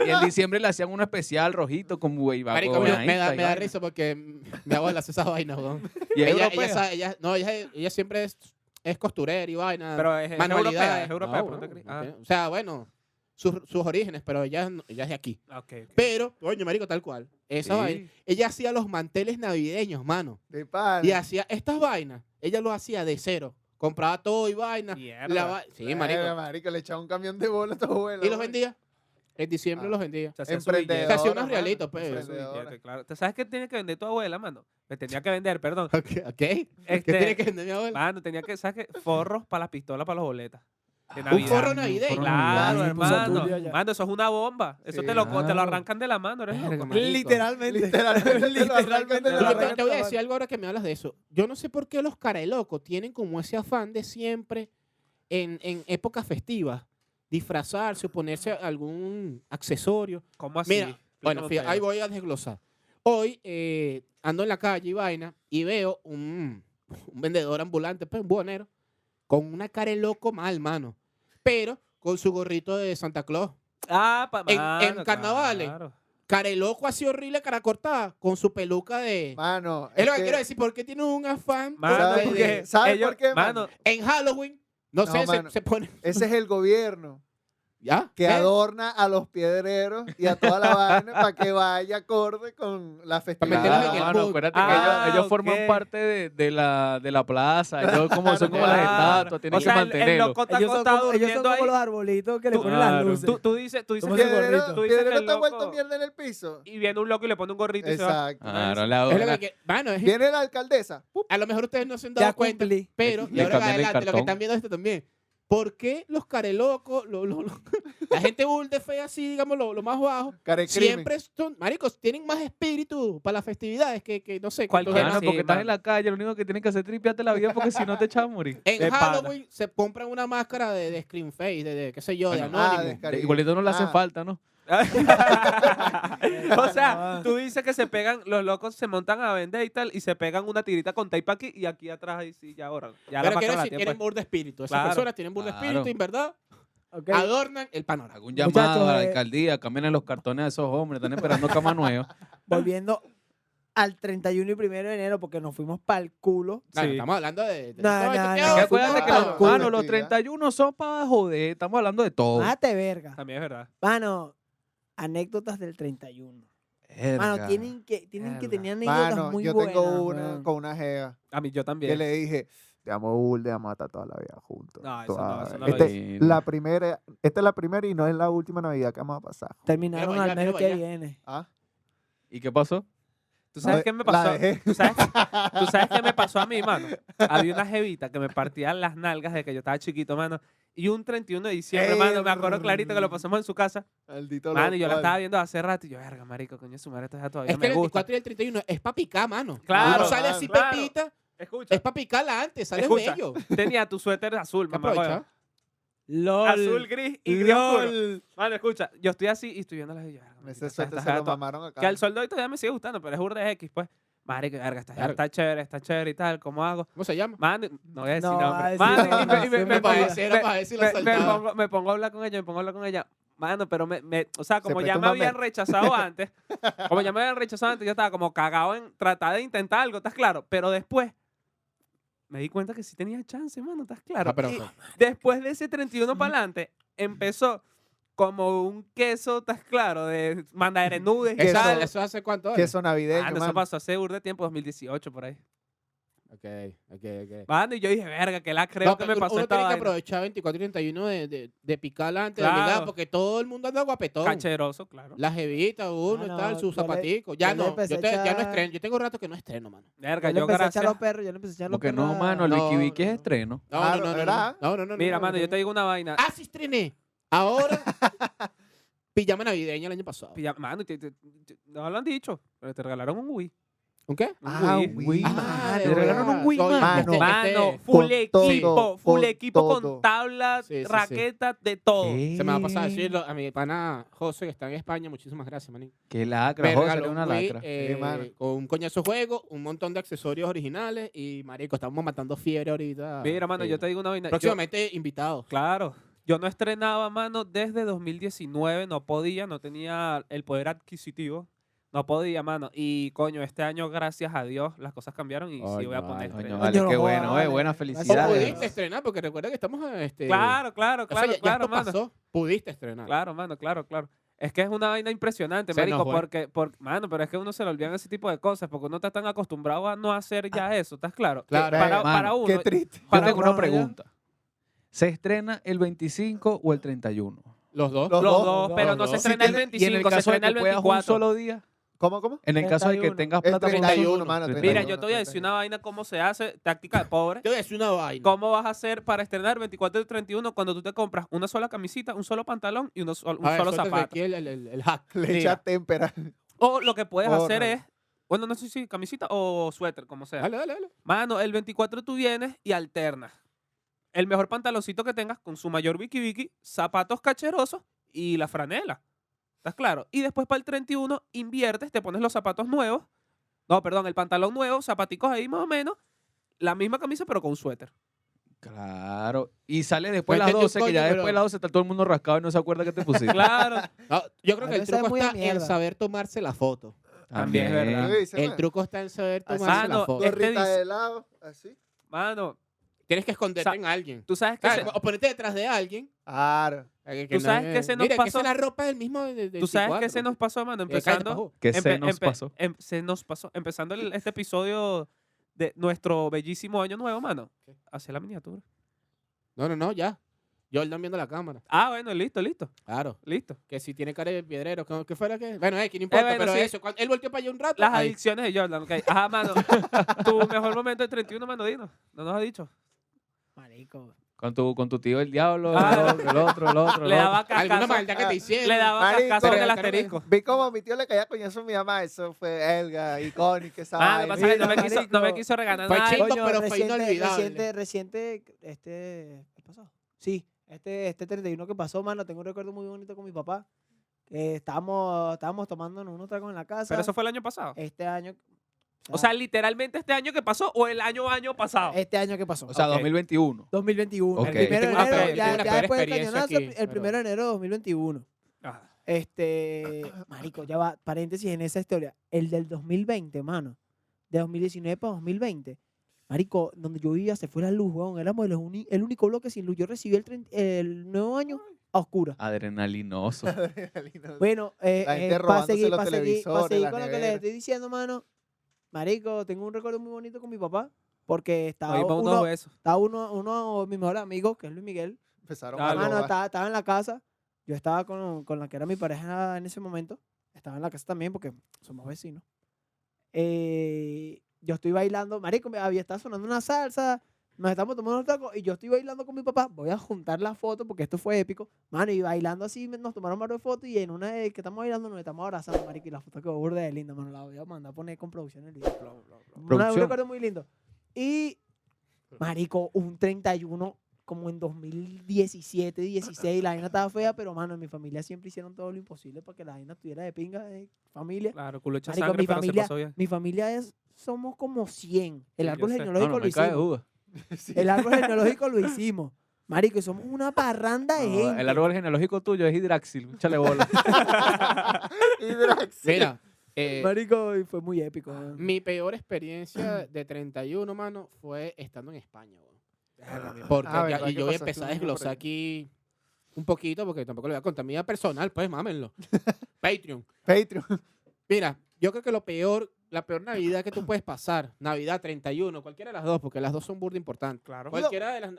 Y en diciembre le hacían un especial rojito con güey Marico, me, huevonadita me da, y me da vaina. risa porque mm, mi abuela hace esas vainas, weón. Y es Ella, europea. ella, sabe- ella- no, ella, ella siempre es, es costurera y vaina. Ah, Pero es, es europea, manualidades. es europea. No, pero no te weón, crees. Ah, ok. O sea, bueno, sus, sus orígenes, pero ella, no- ella es de aquí. ok, ok. Pero, coño, marico, tal cual. Esa Sí. vaina. Ella hacía los manteles navideños, mano. De pana. Y hacía estas vainas. Ella lo hacía de cero. Compraba todo y vaina. Mierda. La va- sí, marico. Verga, marico, le echaba un camión de bola a tu abuela. Y los güey. vendía. En diciembre Ah. los vendía. Se hacía su Emprendedor. billete, hacía unos mano, realitos, pues. se hacía su billete, emprendedor. claro. ¿Tú sabes qué tiene que vender tu abuela, mano? Me tenía que vender, perdón. Ok. okay. ¿Qué Este, tiene que vender mi abuela? Mano, tenía que, ¿sabes qué? Forros para las pistolas, para las boletas. Ah, De Un Un Navidad. forro navideño. Claro, Ay, puso tuyo hermano. ya. Mano, eso es una bomba. Eso Sí. te, lo, te lo Claro. arrancan de la mano, eres Verga, loco. marico. Literalmente. Literalmente. lo arrancan de Literalmente. la Yo te- rata, te voy a mano. decir algo ahora que me hablas de eso. Yo no sé por qué los carelocos tienen como ese afán de siempre, en, en épocas festivas, disfrazarse o ponerse algún accesorio. ¿Cómo así? Mira, bueno, Explícame fíjate, usted. ahí voy a desglosar. Hoy eh, ando en la calle y vaina y veo un, un vendedor ambulante, pues un buhonero, con una cara de loco mal, mano. Pero con su gorrito de Santa Claus. Ah, pa- en- mano, en carnavales. claro. Cara de loco así horrible, cara cortada, con su peluca de... Mano. es lo que quiero decir, porque tiene un afán Mano, ¿Sabes? porque ¿Sabes ellos- por qué, mano? mano? en Halloween. No, No, sé, se, mano. se pone... Ese es el gobierno ¿Ya? ¿Eh? que ¿Ves? adorna a los piedreros y a toda la vaina para que vaya acorde con la festividad. meterlos en el Claro, mano, mood. acuérdate que Ah, ellos, ellos forman ok. parte de, de la, de la plaza. Ellos como, son como las Claro. estatuas, tienen O sea, que el- el mantenerlo. loco está Ellos son acostado como, ellos son durmiendo como ahí. los arbolitos que le Tú- ponen las Claro. luces. Tú, tú dices, tú dices Como que ese gorrito. Piedrero, Tú dices que piedrero el está loco- vuelto mierda en el piso. y viene un loco y le pone un gorrito y se va. Exacto. Claro, la- Es lo la- que- Mano, es- Viene la alcaldesa. a lo mejor ustedes no se han dado ya cuenta. cumplí. Pero, y Le ahora va cambian el adelante, lo que cartón. están viendo esto también. ¿Por qué los carelocos, lo- lo- lo- la gente burda fea así, digamos, lo, lo más bajo, Carecrimen. siempre son, maricos, tienen más espíritu para las festividades que, que no sé, que Cualquier los Mano, demás. sí, porque estás mano. en la calle, lo único que tienes que hacer es tripearte la vida porque si no te echas a morir. En de pana. Halloween se compran una máscara de, de Scream Face, de, de qué sé yo, Bueno, de Anónimo. Ah, de- Caribe. Igualito no le hace Ah. falta, ¿no? o sea, Ah. tú dices que se pegan, los locos se montan a vender y tal, y se pegan una tirita con tape aquí y aquí atrás, y sí, ya ahora. Ya la Pero quiero pasan la decir, tienen tiempo. burda espíritu. Esas Claro. personas tienen burda espíritu Claro. y en verdad Ok. adornan el panorama. Algún Muchachos, llamado a la eh. alcaldía, cambien los cartones a esos hombres, están esperando cama nueva. Volviendo al 31 y 1 de enero, porque nos fuimos para el culo. No, no, Sí. estamos hablando de... de- No, no, no, esto- no. eh, Que acuérdate que fumaba. los, mano, Una los actividad. 31 son para joder, estamos hablando de todo. Mate verga. También es verdad. Mano, anécdotas del 31. Mano, Verga. tienen que, tienen que Verga. tener anécdotas Mano, muy yo buenas. tengo una weón. con una jeva A mí yo que también. le dije, te amo Bulde, vamos a estar toda la vida juntos. No, eso Toda- no, eso no lo Esta dije. es la primera, esta es la primera y no es la última Navidad que vamos a pasar. Terminaron Mira pa' al allá, mes mira pa' que allá. viene. ¿Ah? ¿Y qué pasó? ¿Tú sabes La- qué me la pasó? dejé. ¿Tú sabes, tú sabes qué me pasó a mí, mano? Había una jevita que me partía las nalgas de que yo estaba chiquito, mano. Y un 31 de diciembre, mano, me acuerdo clarito que lo pasamos en su casa. Maldito Mano, loco, y yo la vale. estaba viendo hace rato y yo, verga, marico, coño, su madre, esta jeva todavía Es que me el gusta. 24 y el 31 es pa' picar, mano. Claro, Uno sale así claro. pepita, Escucha, es pa' picarla antes, sale Escucha. bello. Hay tenía tu suéter azul, que mamá. huevo. aprovechar. LOL. Azul, gris y gris oscuro. LOL. Mano, escucha, yo estoy así y estoy viendo las de ya, marico, Ese estás- suéter se estás lo gato. mamaron acá. Que al sol de hoy todavía me sigue gustando, pero es burda X, pues. Madre, que verga, está, Verga. está chévere, está chévere y tal, ¿cómo hago? ¿Cómo se llama? Mano, no voy a decir No, va a nombre. decir Mano, y nombre, me- y me- sí, me me pongo- parece, era me- para ver si la me- me saltaba. pongo- Me pongo a hablar con ella, me pongo a hablar con ella. Mano, pero me, me- o sea, como prestó ya un me habían momento. rechazado antes, como ya me habían rechazado antes, yo estaba como cagado en tratar de intentar algo, ¿estás claro? Pero después me di cuenta que sí tenía chance, mano, ¿estás claro? Ah, pero- Y después de ese 31 para adelante, empezó como un queso, ¿estás claro? De mandar nudes y Queso. tal. ¿Eso, eso hace cuánto? Que horas? eso navideño, Mano, mano. eso pasó hace burda de tiempo, 2018 por ahí. Ok, ok, ok. Mano, y yo dije, verga, que la creo No, que pero me pasó uno esta tiene que vaina. aprovechar 24 y 31 de, de, de picarla antes de Claro. ligar, porque todo el mundo anda guapetón. Cacheroso, claro. La jevita, uno y Mano, tal, Ah, sus yo le- zapaticos. Ya yo le no, empecé yo, a te- ya no echar- estreno. Yo tengo rato que no estreno, mano. Verga, Yo le yo empecé a echar gracias. los perros, yo le empecé a echar los Porque perros. no, a- mano, el No, Wiki Wiki es no. estreno. No, Claro, no, no, no, no, ¿verdad? no, no, no. Mira, no, mano, no, yo te digo una vaina. ¡Ah, sí estrené! Ahora, pijama navideña el año pasado. Pilla- Mano, te- te- te- no lo han dicho, pero te regalaron un Wii. ¿Un qué? Un Ah, Wii. Wii. Ah, mano. le regalaron un Wii, Oye, mano. este- Mano, este- full con equipo, todo, full con equipo con todo. tabla, Sí, sí, sí. raqueta, de todo. se me va a pasar a decirlo a mi pana José, que está en España. Muchísimas gracias, manín. Qué lacra, Me José, regaló eres una un Wii, lacra. eh, Sí, mano. con un coñazo de juego, un montón de accesorios originales y, marico, estamos matando fiebre ahorita. Mira, mano, Sí. yo te digo una vaina. yo- Próximamente invitados. claro. Yo no estrenaba, mano, desde 2019. No podía, no tenía el poder adquisitivo. No podía, mano. Y coño, este año, gracias a Dios, las cosas cambiaron y sí Coño, voy a poner. vale, estreno. Coño, vale, Coño, qué no, bueno, vale. eh, buenas O Gracias. felicidades. Oh, pudiste estrenar, porque recuerda que estamos. Este, Claro, claro, o sea, claro, ya- ya claro, esto mano. pasó, Pudiste estrenar. Claro, mano, claro, claro. Es que es una vaina impresionante, Se marico, nos fue. porque, porque, mano, pero es que uno se le olvidan ese tipo de cosas, porque uno está tan acostumbrado a no hacer ya eso, ¿estás claro? Claro, para, mano, para uno, eh. Qué triste. Yo para tengo uno, una pregunta. ¿Se estrena el 25 o el 31? Los dos. Los los dos, dos, pero no los se dos. estrena el Sí, 25, se de estrena el que puedas 24. un solo día, ¿Cómo, cómo? en el caso de que 31. tengas El Este plata para 31, mano. Mira, Mira, 31, yo te voy a decir 31. una vaina cómo se hace, táctica de pobre. Te voy a decir una vaina. ¿Cómo vas a hacer para estrenar 24 y 31 cuando tú te compras una sola camisita, un solo pantalón y uno sol- un A ver, solo suéltate zapato? Aquí el, el, el- el hack. Le echa Mira, témpera. O lo que puedes Oh, hacer no. es, bueno, no sé si camisita o suéter, como sea. Dale, dale, dale. Mano, el 24 tú vienes y alternas. El mejor pantaloncito que tengas con su mayor Vicky Vicky, zapatos cacherosos y la franela. ¿Estás claro? Y después para el 31 inviertes, te pones los zapatos nuevos. No, perdón, el pantalón nuevo, zapaticos ahí más o menos. La misma camisa pero con un suéter. Claro. Y sale después de Pues No las entendí un 12, que coño, ya pero- después de las 12 está todo el mundo rascado y no se acuerda que te pusiste. Claro. No, yo creo A que el veces es truco muy de está en mierda. saber tomarse la foto. También es verdad. Sí, sí, El mano. truco está en saber Así. tomarse Mano, la foto. eh, este Gorrita dice- de lado, así. Mano, Tienes que esconderte sa- en alguien. tú sabes que... se- Claro, o ponerte detrás de alguien. Claro. Que, Tú sabes que se nos Mira, que pasó- esa es la ropa del mismo. de- de- del Tú sabes que 24. se nos pasó, mano, Eh, cállate, empezando... pajú. Que Empe- se nos empe- pasó. em- se nos pasó. Empezando el- este episodio de nuestro bellísimo año nuevo, mano. ¿Qué? Hacia la miniatura. No, no, no, ya. Jordan viendo la cámara. Ah, bueno, listo, listo, Claro. listo. Que si tiene cara de piedrero. ¿Qué, qué fuera que? Bueno, eh, que no importa, bueno, pero sí. eso. cuando él volteó para allá un rato. Las ahí. adicciones de Jordan, ok. Ajá, mano. tu mejor momento del 31, mano, Dino. No nos ha dicho. Marico. Con tu, con tu tío el diablo, el Ah. otro, el otro, el otro. el Le daba Alguna cascazo. maldad que Ah, te hicieron. Le daba Marico, cascazo en el pero- asterisco. Vi como mi tío le caía coñazo a mi mamá. Eso fue Elga, icónica, esa Ah, lo que vaina. pasa es que no me Mira, quiso, no marico. me quiso regalar Fue nada. chingo, Coño, pero fue reciente, inolvidable. reciente, reciente, este, ¿qué pasó? Sí, este, este 31 que pasó, mano, tengo un recuerdo muy bonito con mi papá. que estábamos, estábamos tomándonos unos tragos en la casa. Pero eso fue el año pasado. Este año. O sea, literalmente este año que pasó o el año año pasado. este año que pasó. O sea, Ok. 2021. 2021. Ok. El primero de Ah, enero, pero yo ya, tengo una ya peor después del experiencia cañonazo, aquí, el pero- primero de enero de 2021. Ah, Este, marico, ya va, paréntesis en esa historia. El del 2020, mano. De 2019 para 2020. Marico, donde yo vivía se fue la luz, weón. Éramos los uni- el único bloque sin luz. Yo recibí el, trein- el nuevo año a oscura. Adrenalinoso. Adrenalina. Bueno, eh, La gente eh, para robándose seguir, los pa' seguir, pa' televisores, seguir las con lo que les neveras. estoy diciendo, mano. Marico, tengo un recuerdo muy bonito con mi papá. Porque estaba ahí va unos uno, besos. estaba uno, uno de mis mejores amigos, que es Luis Miguel. Empezaron Ah, a lo Mano, robar. estaba, estaba en la casa. Yo estaba con, con la que era mi pareja en ese momento. Estaba en la casa también porque somos vecinos. Eh, yo estoy bailando. Marico, me había estado sonando una salsa. Nos estamos tomando unos tacos y yo estoy bailando con mi papá. Voy a juntar las fotos porque esto fue épico. Mano, y bailando así me- nos tomaron varias fotos y en una de que estamos bailando nos estamos abrazando, marico. Y la foto que burda de linda, mano. La voy a mandar a poner con producción en el video. Una- Un Producción. recuerdo muy lindo. Y, marico, un 31 como en 2017, 16, la vaina estaba fea, pero mano, en mi familia siempre hicieron todo lo imposible para que la vaina estuviera de pinga de familia. Claro, culo echa Marico, sangre, mi pero familia- se pasó bien. Mi familia es, somos como 100. El Sí, árbol yo sé. genealógico lo hicimos. Sí. El árbol genealógico lo hicimos. Marico, y somos una parranda de gente. el árbol genealógico tuyo es Hidraxil, échale bola. Y Draxi. Mira, eh, Marico, y fue muy épico. Ah, weón. mi peor experiencia de 31, mano, fue estando en España, weón. Porque Ah, ya- ¿verdad? y ¿Qué yo voy a pasaste empezar a un año por desglosar ahí? aquí un poquito, porque tampoco le voy a contar mi vida personal, pues mámenlo. Patreon. Patreon. Mira, yo creo que lo peor, la peor Navidad que tú puedes pasar, Navidad 31, cualquiera de las dos, porque las dos son burda importantes. Claro. Cualquiera de las.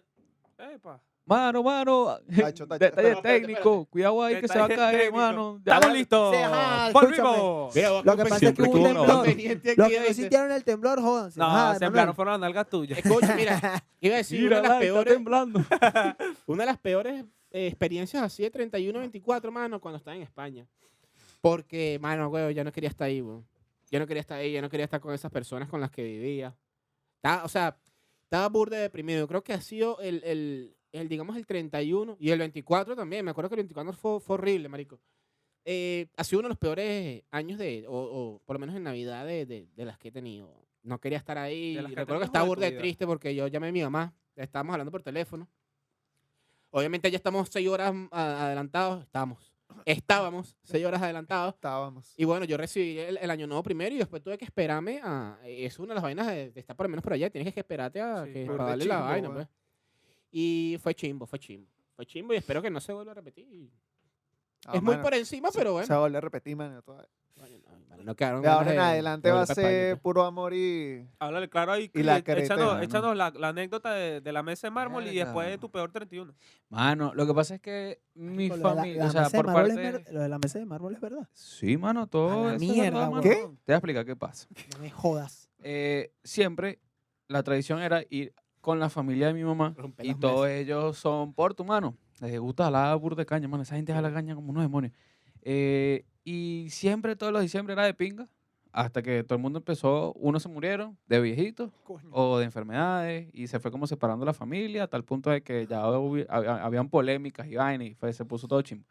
Epa. Mano, mano, Tacho, tacho. detalle espérate, técnico, espérate. cuidado ahí que se va a Detalle caer, técnico. mano. Ya. ¡Estamos listos! Sí, ajá, escúchame. ¡Volvimos! Mira, Lo que pasa es que Siempre hubo un estuvo grabado. temblor. Los que no este sintieron el temblor, jódanse. Ajá, No, se Manuel. emplearon, fueron las nalgas tuyas. Escucha, mira, iba a decir una de las Mírala, está peores, temblando. una de las peores eh, experiencias así de 31, 24, mano, cuando estaba en España. Porque, mano, weón, ya no quería estar ahí, weón. Yo no quería estar ahí, yo no quería estar con esas personas con las que vivía. Estaba- o sea, estaba burda deprimido. Creo que ha sido el, el- el, digamos, el 31 y el 24 también. Me acuerdo que el 24 fue, fue horrible, marico. Eh, ha sido uno de los peores años de, o, o por lo menos en Navidad, de, de- de las que he tenido. No quería estar ahí. De las que Recuerdo tenías o de que estaba tu burda de vida. triste porque yo llamé a mi mamá. Estábamos hablando por teléfono. Obviamente ya estamos seis horas mm, a- adelantados. Estábamos. Estábamos seis horas adelantados. Estábamos. Y bueno, yo recibí el, el año nuevo primero y después tuve que esperarme a... e, Es una de las vainas de, de estar por lo menos por allá. Tienes que esperarte a Sí, que, burda para de darle la chimbo, vaina, weón. pues. Y fue chimbo, fue chimbo. Fue chimbo y espero que no se vuelva a repetir. Ah, es muy mano, por encima, pero Se bueno. va a volver a repetir, mano. todavía. Coño, no, vale, no quedaron De ahora ganas en de- adelante de va a volver pa' España, ser pues. puro amor y... Háblale claro ahí. Y la eh, careta, échanos, mano. échanos la, la anécdota de, de la mesa de mármol y después de Verga. tu peor 31. Mano, lo que pasa es que mi Marico, lo de la- familia, la o sea, mesa de por mármol es parte... ver- Lo de la mesa de mármol es verdad. Sí, mano, A todo la eso es mierda, verdad, mano. ¿Qué? Te voy a explicar qué pasa. No me jodas. Eh, siempre la tradición era ir con la familia de mi mamá Rompe y las todos ellos son porto, mano. Les gusta la burda de caña, mano. Esa gente jala caña como unos demonios. Eh, y siempre, todos los diciembre era de pinga. Hasta que todo el mundo empezó, unos se murieron de viejitos o de enfermedades y se fue como separando la familia a tal punto de que ya hubi- había- habían polémicas y vaina y fue- se puso todo chimbo.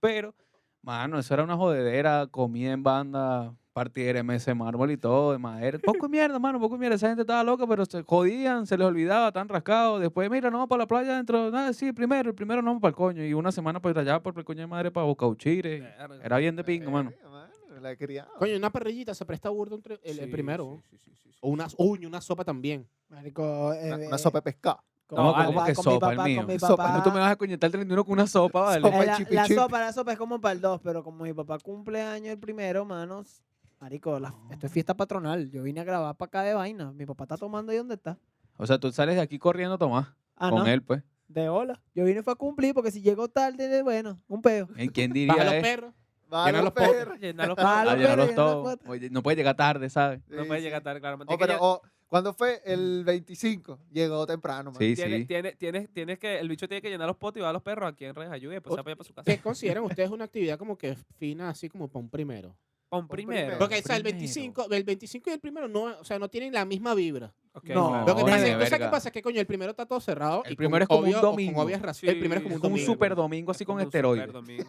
Pero, mano, eso era una jodedera, comida en banda, partidera, MS de mármol y todo, de madera. Poco de mierda, mano, poco de mierda. Esa gente estaba loca, pero se jodían, se les olvidaba, tan rascados. Después, mira, no vamos para la playa dentro, nada, sí, primero, el primero no vamos para el coño. Y una semana para allá, por el coño de madre, para Bocauchire. Verga. Era bien de pingo, mano. Verga, mano, La criada. Coño, una parrillita se presta burdo entre el, el Sí, primero. sí, ¿no? sí, sí, sí, sí. O una, uy, una sopa también. Marico, eh, Una, una sopa de pescado. con No, mi ¿cómo papá, que con mi sopa, el papá, con mío? mi Sopa, papá. No, tú me vas a coñetar el 31 con una sopa, ¿vale? Sopa. Eh, la, chipi la chipi. sopa, la sopa es como para el 2, pero como mi papá cumple año el primero, manos. Marico, la- esto es fiesta patronal. Yo vine a grabar para acá de vaina. Mi papá está tomando ahí donde está. O sea, tú sales de aquí corriendo, Tomás, Ah, con no. él, pues. De hola. Yo vine fue a cumplir porque si llego tarde, bueno, un peo. ¿En quién diría? Baja los eh? perros. Va Llena a los los perros. Llenar los Ah, Ah, los palos. perros, llénalos llena la todos. cuota. Oye, no puede llegar tarde, ¿sabes? No Sí, puede sí. llegar tarde, claro. Oh, Tienes que pero, oh, ¿Cuándo fue? El 25. Llegó temprano, mano. Sí, Tiene- sí. tiene- tienes, tienes que, el bicho tiene que llenar los potos y va a los perros aquí en Reyes Ayuda y después se va para allá para su casa. ¿Qué consideran ustedes una actividad como que fina, así como para un primero? Pon primero. primero. Porque o sea, el primero. 25, el 25 y el primero no, o sea, no tienen la misma vibra. Ok, No. claro. Lo que No, pasa ni de es que, o sea, ¿qué verga. pasa? Que coño, el primero está todo cerrado. El y primero con es como un obvio- o con domingo. obvias razones. Sí, el primero es como es un Como un domingo. super domingo así con Como un esteroides. super domingo.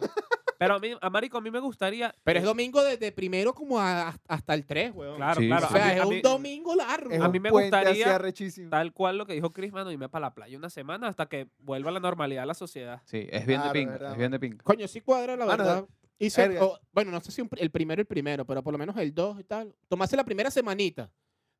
Pero a mí, a Marico, a mí me gustaría. Pero es domingo desde primero como a- hasta el 3, weón. Claro, Sí, claro. O sí. a sea, mí- es a un mí- domingo largo. Es A un mí me puente gustaría- así arrechísimo. Tal cual lo que dijo Chris, mano, irme para la playa una semana hasta que vuelva a la normalidad la sociedad. Sí, es bien Claro, de pinga, verdad, es bien de pinga. Coño, sí cuadra, la Mano, verdad. Hice- verga. o- bueno, no sé si un pr- el primero el primero, pero por lo menos el 2 y tal. Tomarse la primera semanita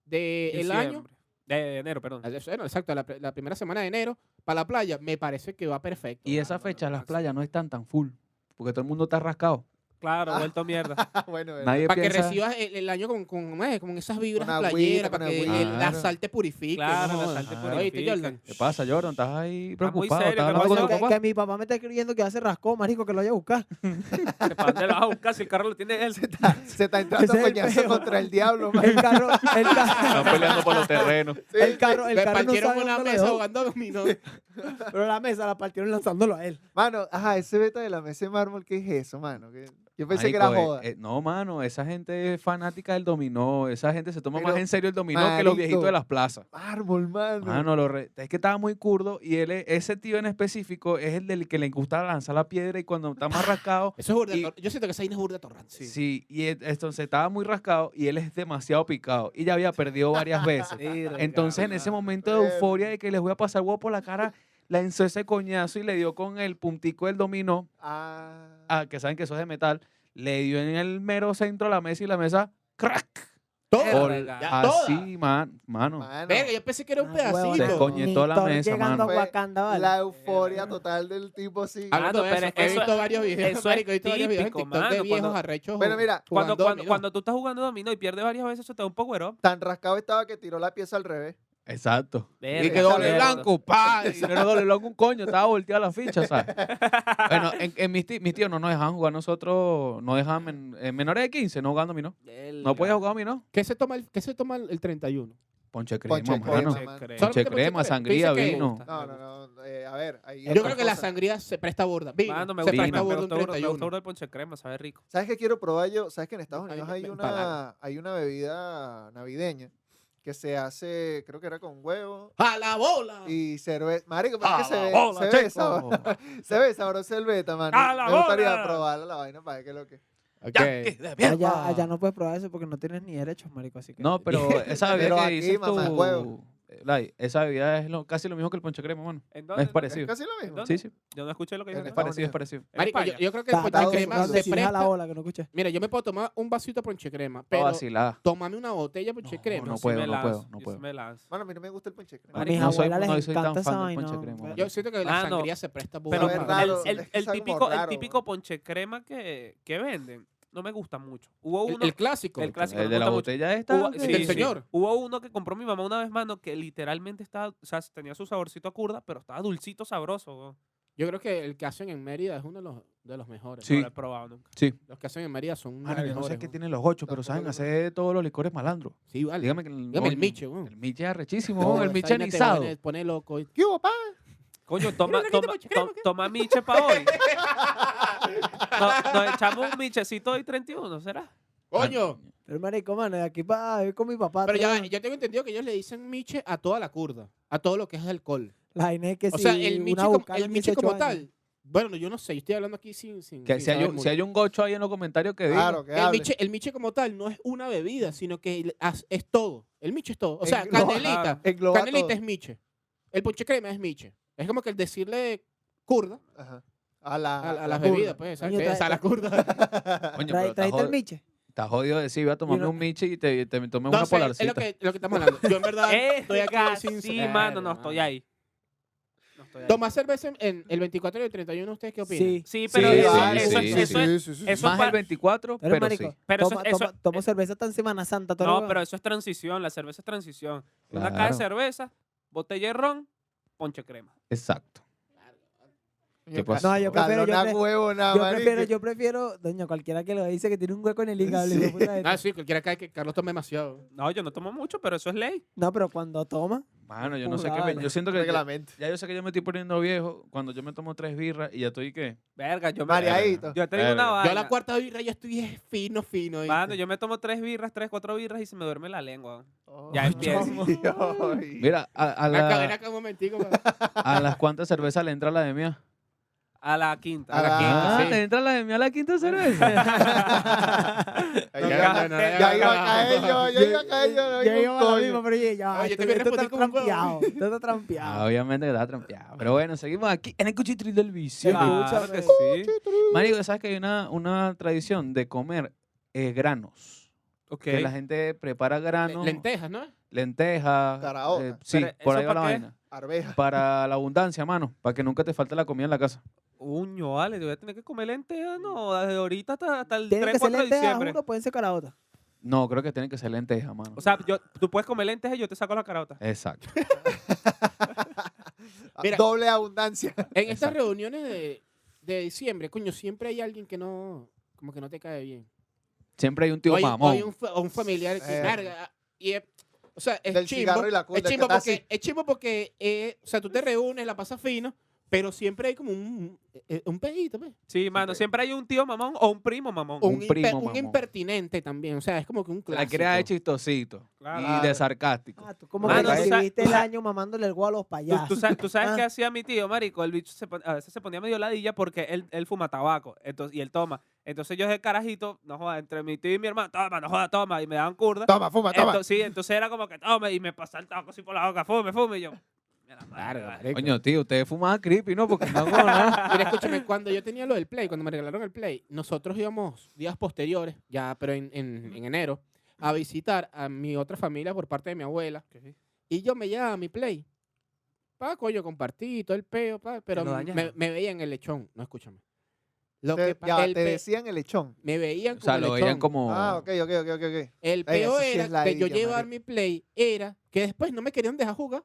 del año. Ah, Diciembre. De enero, perdón. Bueno, exacto, la, pr- la primera semana de enero para la playa me parece que va perfecto. Y Claro, esa no, fecha no, las máximo. playas no están tan full, porque todo el mundo está rascado. Claro, Ah. vuelto mierda. Ah, bueno, ¿verdad? Nadie Para que piensa- recibas el, el año con, con, eh, con esas vibras Con agüita, playeras, para con que agüita. el- la Claro. sal te purifique. Claro, ¿no? la sal te Ah. purifica. Oíste, Jordan. ¿Qué pasa, Jordan? ¿Estás ahí Está muy preocupado? serio, ¿Estás ¿qué hablando con pasa? tu que, papá? que mi papá me está escribiendo que hace rascó, marico, que lo vaya a buscar. Que pa' dónde lo vas a buscar si el carro lo tiene él. Se está entrando Ese a es el coñazo peo. contra el diablo, mano. El carro, el carro, Están peleando por los terrenos. Sí, el carro, el Me carro no partieron sabe una dónde lo mesa dejó. jugando dominó. Pero la mesa la partieron lanzándolo a él. Mano, ajá, ese beta de la mesa de mármol, ¿qué es eso, mano? Que- Yo pensé que era Marico, eh, joda. eh, no, mano, esa gente es fanática del dominó. Esa gente se toma más Pero, en serio el dominó que los viejitos marico. de las plazas. Mármol, mano. Mano, lo re- es que estaba muy curdo y él, es- ese tío en específico es el del que le gusta lanzar la piedra y cuando está más rascado, Eso es burda. Y- tor- Yo siento que esa vaina es burda torrante. sí. y e- entonces estaba muy rascado y él es demasiado picado y ya había perdido varias veces. Entonces en ese momento de Verga. euforia de que les voy a pasar huevo por la cara, lanzó ese coñazo y le dio con el puntico del dominó, Ah. ah, que saben que eso es de metal, le dio en el mero centro de la mesa y la mesa, ¡crack! Toda, Ol- ya, toda. así, man- mano. Mano, Verga, yo pensé que era un Ah, huevo, pedacito. Se coñe- coñetó la Néstor mesa, llegando mano. a Wakanda, ¿vale? la Eh, euforia total del tipo así. Ah, Hablando de Mano, eso, pero he eso visto es- varios videos, eso es marico, he visto varios videos en típico, TikTok de mano, viejos cuando- arrechos. Bueno, mira, Cuando, jugando cuando, dominó. cuando tú estás jugando dominó y pierdes varias veces, eso te da un power up. tan rascado estaba que tiró la pieza al revés. Exacto. Y Verga, que doble verga. blanco, pa, y no era doble blanco un coño, estaba volteada la ficha, ¿sabes? Bueno, en, en mis, ti- mis tíos no nos dejaban jugar nosotros, no dejaban men- eh, menores de 15, no jugando a mí, ¿no? No podías jugar a mí, ¿no? ¿Qué se toma el, qué se toma el, el 31? Ponche crema, Ponche crema, mano. mano. Ponche Solamente ponche crema, crema. sangría, Dice que- vino. No, no, no. eh, a ver, ahí Yo otra creo que la cosa. sangría se presta burda. Vino, Mano, me se gusta, presta me burda un gusta burda, me gusta 31. burda el ponche crema, sabe rico. ¿Sabes qué quiero probar yo? ¿Sabes que en Estados A mí Unidos me- hay me una, empalaga. hay una bebida navideña que se hace, creo que era con huevo ¡A la bola! y cerveza. Marico, pero es que se ve, Hola, se ve, chico. sabor- se ve sabroso el beta, mano. ¡A la Me gustaría bola! probarla la vaina para ver qué es lo que. Ok. ah. Allá, allá no puedes probar eso porque no tienes ni derechos, marico. Así que No, pero esa bebida Pero que aquí, dices mamá, tú, huevo. Lai, esa bebida es lo- casi lo mismo que el ponche crema, mano. ¿En Es Es parecido. casi lo mismo. ¿Dónde? Sí, sí, Yo no escuché lo que En dijeron. es parecido, es Estados Unidos. parecido. En Marico, yo, España. yo creo pues, que el Está- está ponche crema buscando se si es a la presta. ola que no escuché. Mira, yo me puedo tomar un vasito de ponche crema, Pero, pero tómame una botella de ponche No, crema. sí puedo, me no lanzo, puedo, no yo sí puedo. me lanzo. Mano, a mí no me gusta el ponche crema. A Marico, mis no soy- abuelas no les soy tan encanta esa fan del vaina. ponche weón. crema, Yo siento que la Mano, sangría se presta burda. Ah, Pero es mano. raro, el, el- es que el sabe como típico, el raro, típico weón. ponche crema que, que venden no me gusta mucho. Hubo El- uno, el clásico. el clásico El no de me gusta la mucho. botella esta. Hubo, que- sí, del sí. señor. Hubo uno que compró mi mamá una vez, mano, que literalmente estaba, o sea, tenía su saborcito a curda, pero estaba dulcito, sabroso. weón. Yo creo que el que hacen en Mérida es uno de los, de los mejores. Sí. No lo he probado nunca. Los que hacen en Mérida son unos Mano, yo no sé mejores, qué ¿no? tienen los ocho, pero Tampoco saben lo conozco. hacer todos los licores malandro. Sí, vale. Ah, Dígame que el, Dígame el oye, miche, weón. El miche es arrechísimo, No, weón, el esa miche vaina te anisado. pone- pone loco. ¿Qué hubo, pa? Coño, toma, Mira, toma, quita ponche to- toma miche para hoy. No, nos echamos un michecito hoy 31, ¿será? Ah, ¡Coño! Pero marico, mano, de aquí para ir con mi papá. Pero ya, todo. yo tengo entendido que ellos le dicen miche a toda la curda, a todo lo que es alcohol. La vaina es que O si sea, el miche, una como, bucana el en miche como 18 años- tal. Bueno, yo no sé, yo estoy hablando aquí sin. sin, Que sin si hay, saber un, mucho. si hay un gocho ahí en los comentarios que diga. Claro, que el, hable. miche, el miche como tal no es una bebida, sino que el- as- es todo. El miche es todo. O sea, Engloba- canelita. Engloba Canelita todo. es miche. El ponche crema es miche. Es como que el decirle curda Ajá. A, a, la, a Ah, la las curva. bebidas, pues. ¿sabes Coño, qué? O sea, a la curda. Coño, Trae- pero está ¿Trajiste el jod- miche? está jodido decir, voy a tomarme no- un miche y te, te tomé una No sé, es polarcita. lo que, lo que estamos hablando. Yo en verdad Ah, estoy Eh, acá sin sí, mano, no estoy ahí. No estoy ahí. Tomar cerveza en, en el 24 y el 31, ¿ustedes qué opinan? Sí. Sí, pero Sí, eso, vale, eso- sí, eso es- eso Más pa- el 24, Pero, pero, marico, sí. Pero eso- toma, eso- toma- tomo cerveza tan Semana Santa. todo No, lo- pero eso es transición, la cerveza es transición. Una caja de Claro. cerveza, botella de ron, ponche crema. Exacto. ¿Qué pasa? No, yo prefiero... yo pre- huevo, nada, Yo prefiero, yo prefiero, doño, cualquiera que lo dice que tiene un hueco en el hígado. le digo, puta de- Ah, sí, cualquiera cae que Carlos tome demasiado. No, yo no tomo mucho, pero eso es ley. No, pero cuando toma, Mano, yo no sé Puta, qué me- vale. Yo siento que. Ya, Reglamento. ya yo sé que yo me estoy poniendo viejo cuando yo me tomo tres birras y ya estoy que. Verga, yo me. Mareadito. Yo te digo una Verga. vaina. Yo a la cuarta birra ya estoy eh, fino, fino. ¿viste? Mano, yo me tomo tres birras, tres, cuatro birras y se me duerme la lengua. Ya Ay, empieza. Dios. Mira, a, a Ven acá, ven la- acá un momentico. pa. a las cuantas cervezas le entra la de mía. A la quinta. A la Ah, quinta, sí. te entra la de mía a la quinta cerveza. Ahí No, ya- ya- ya- no, ya ya- iba a ya- caer yo, ya iba a caer yo. no yo iba iba un a la coño. misma, pero yo dije, ya, Oye, esto, te me esto está respondí con un huevo. trampeado, esto está Ah, trampeado. Obviamente que estaba trampeado. Pero bueno, seguimos aquí en el cuchitril del vicio. Claro que sí. Marico, ¿sabes que hay una, una tradición de comer eh, granos? Ok. Que la gente prepara Ah, granos, Lentejas, ¿no? lentejas. Taraota. eh, sí, Pero, por ¿eso ahí va pa' la qué? vaina. Arveja. Para la abundancia, mano. Para que nunca te falte la comida en la casa. Uño, vale, te voy a tener que comer lentejas, no, desde ahorita hasta, hasta el Tienen 3, que ser 4 de lentejas, diciembre. uno pueden secar a otra. No, creo que tienen que ser lentejas, mano. O sea, yo, tú puedes comer lentejas y yo te saco la carota. Exacto. Mira. Doble abundancia. En estas reuniones de, de diciembre, coño, siempre hay alguien que no, como que no te cae bien. Siempre hay un tío o hay, o mamón. hay un, fa- o un familiar que Eh. verga, Y es- O sea, es Del chimbo. cigarro y la es cunda, chimbo que está porque, es chimbo porque eh, o sea, tú te reúnes, la pasas fino, pero siempre hay como un, eh, un pedito, pues. Sí, mano, siempre hay un tío mamón o un primo mamón. O Un imper- primo, un mamón. impertinente también. O sea, es como que un La clásico. crea de chistosito Claro. y de sarcástico. Ah, tú como Mano, que tú recibiste sabes- el año mamándole el guau a los Tú, payasos. tú sabes, tú sabes Ah. qué hacía mi tío, marico. El bicho se pon- a veces se ponía medio ladilla porque él, él fuma tabaco entonces, y él toma. Entonces yo de carajito, no joda, entre mi tío y mi hermano, toma, no joda, toma, y me daban curda. Toma, fuma, toma. Entonces, sí, entonces era como que toma y me pasaba el tabaco así por la boca, fume, fume, y yo. "Mira, madre, Claro, vale". marico. Coño, tío, ustedes fumaban creepy, ¿no? Porque no hago nada. Mira, escúchame, cuando yo tenía lo del Play, cuando me regalaron el Play, nosotros íbamos días posteriores, ya, pero en, en- en enero, a visitar a mi otra familia por parte de mi abuela. Y yo me llevaba mi Play. Pa, coño, compartí todo el peo, pa, pero lo me, dañaron. me veía en el lechón. No, escúchame. Lo Te- que pa- ya va, el te pe- decían el lechón. me veían O como sea, el lo lechón. veían como. Ah, ok, ok, ok, ok. ok. El Ay, peo eso sí era es la de yo idea, llevar marico. mi Play, era que después no me querían dejar jugar.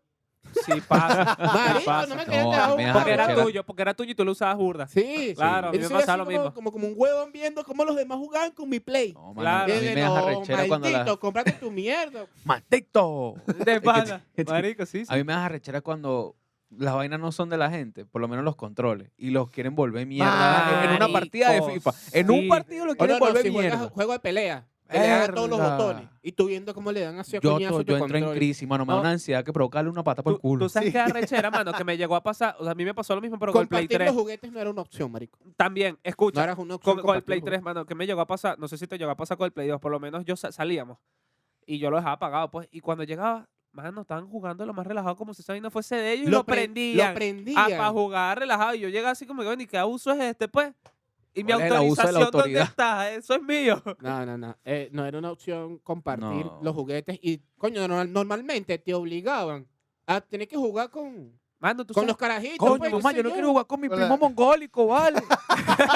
Sí, pasa. sí Marico, no pasa. me querían No, dejar a mí me da jugar. Porque era arrechera. tuyo, porque era tuyo y tú lo usabas burda. Sí. Claro, a mí me Entonces yo pasaba así lo como, mismo. Como, como un huevón viendo cómo los demás jugaban con mi play. No, mano, Claro. a mí Y yo me dije, da no, arrechera cuando la- maldito, cómprate tu mierda. ¡Maldito! De pana. que te- Marico, sí, sí. A mí me da arrechera cuando las vainas no son de la gente, por lo menos los controles, y los quieren volver mierda en una Marico, partida de FIFA. En sí. un partido los O quieren no, no, volver si juegas mierda. juego de pelea, que le dan a todos los Verga. botones. Y tú viendo cómo le dan así a Yo, coñazo to- tu yo entro en control. crisis, mano. Me da No. una ansiedad que provocarle una pata por Tú, el culo. tú sabes qué arrechera, mano, que me llegó a pasar. O sea, a mí me pasó lo mismo, pero con el Play Compartir 3. los juguetes no era una opción, marico. También, escucha. No era una opción. con, con el compartir Play pues. los 3, juguetes. mano, que me llegó a pasar, no sé si te llegó a pasar con el Play 2, por lo menos yo sa- salíamos y yo lo dejaba apagado, pues, y cuando llegaba, mano, estaban jugando lo más relajado como si esa vaina fuese de ellos y lo, pre- prendían. Lo Ah, prendían. para jugar relajado y yo llegaba así como que, "Bueno, ¿y qué abuso es este, pues? Y mi ¿Cuál es el abuso de autorización, la ¿dónde autoridad? está? Eso es mío. No, no, no. Eh, no era una opción compartir No. los juguetes. Y, coño, no- normalmente te obligaban a tener que jugar con, Mano, tú con los sabes. carajitos. Coño, pues, mamá, qué yo sé no quiero jugar con mi Hola. primo mongólico, ¿vale?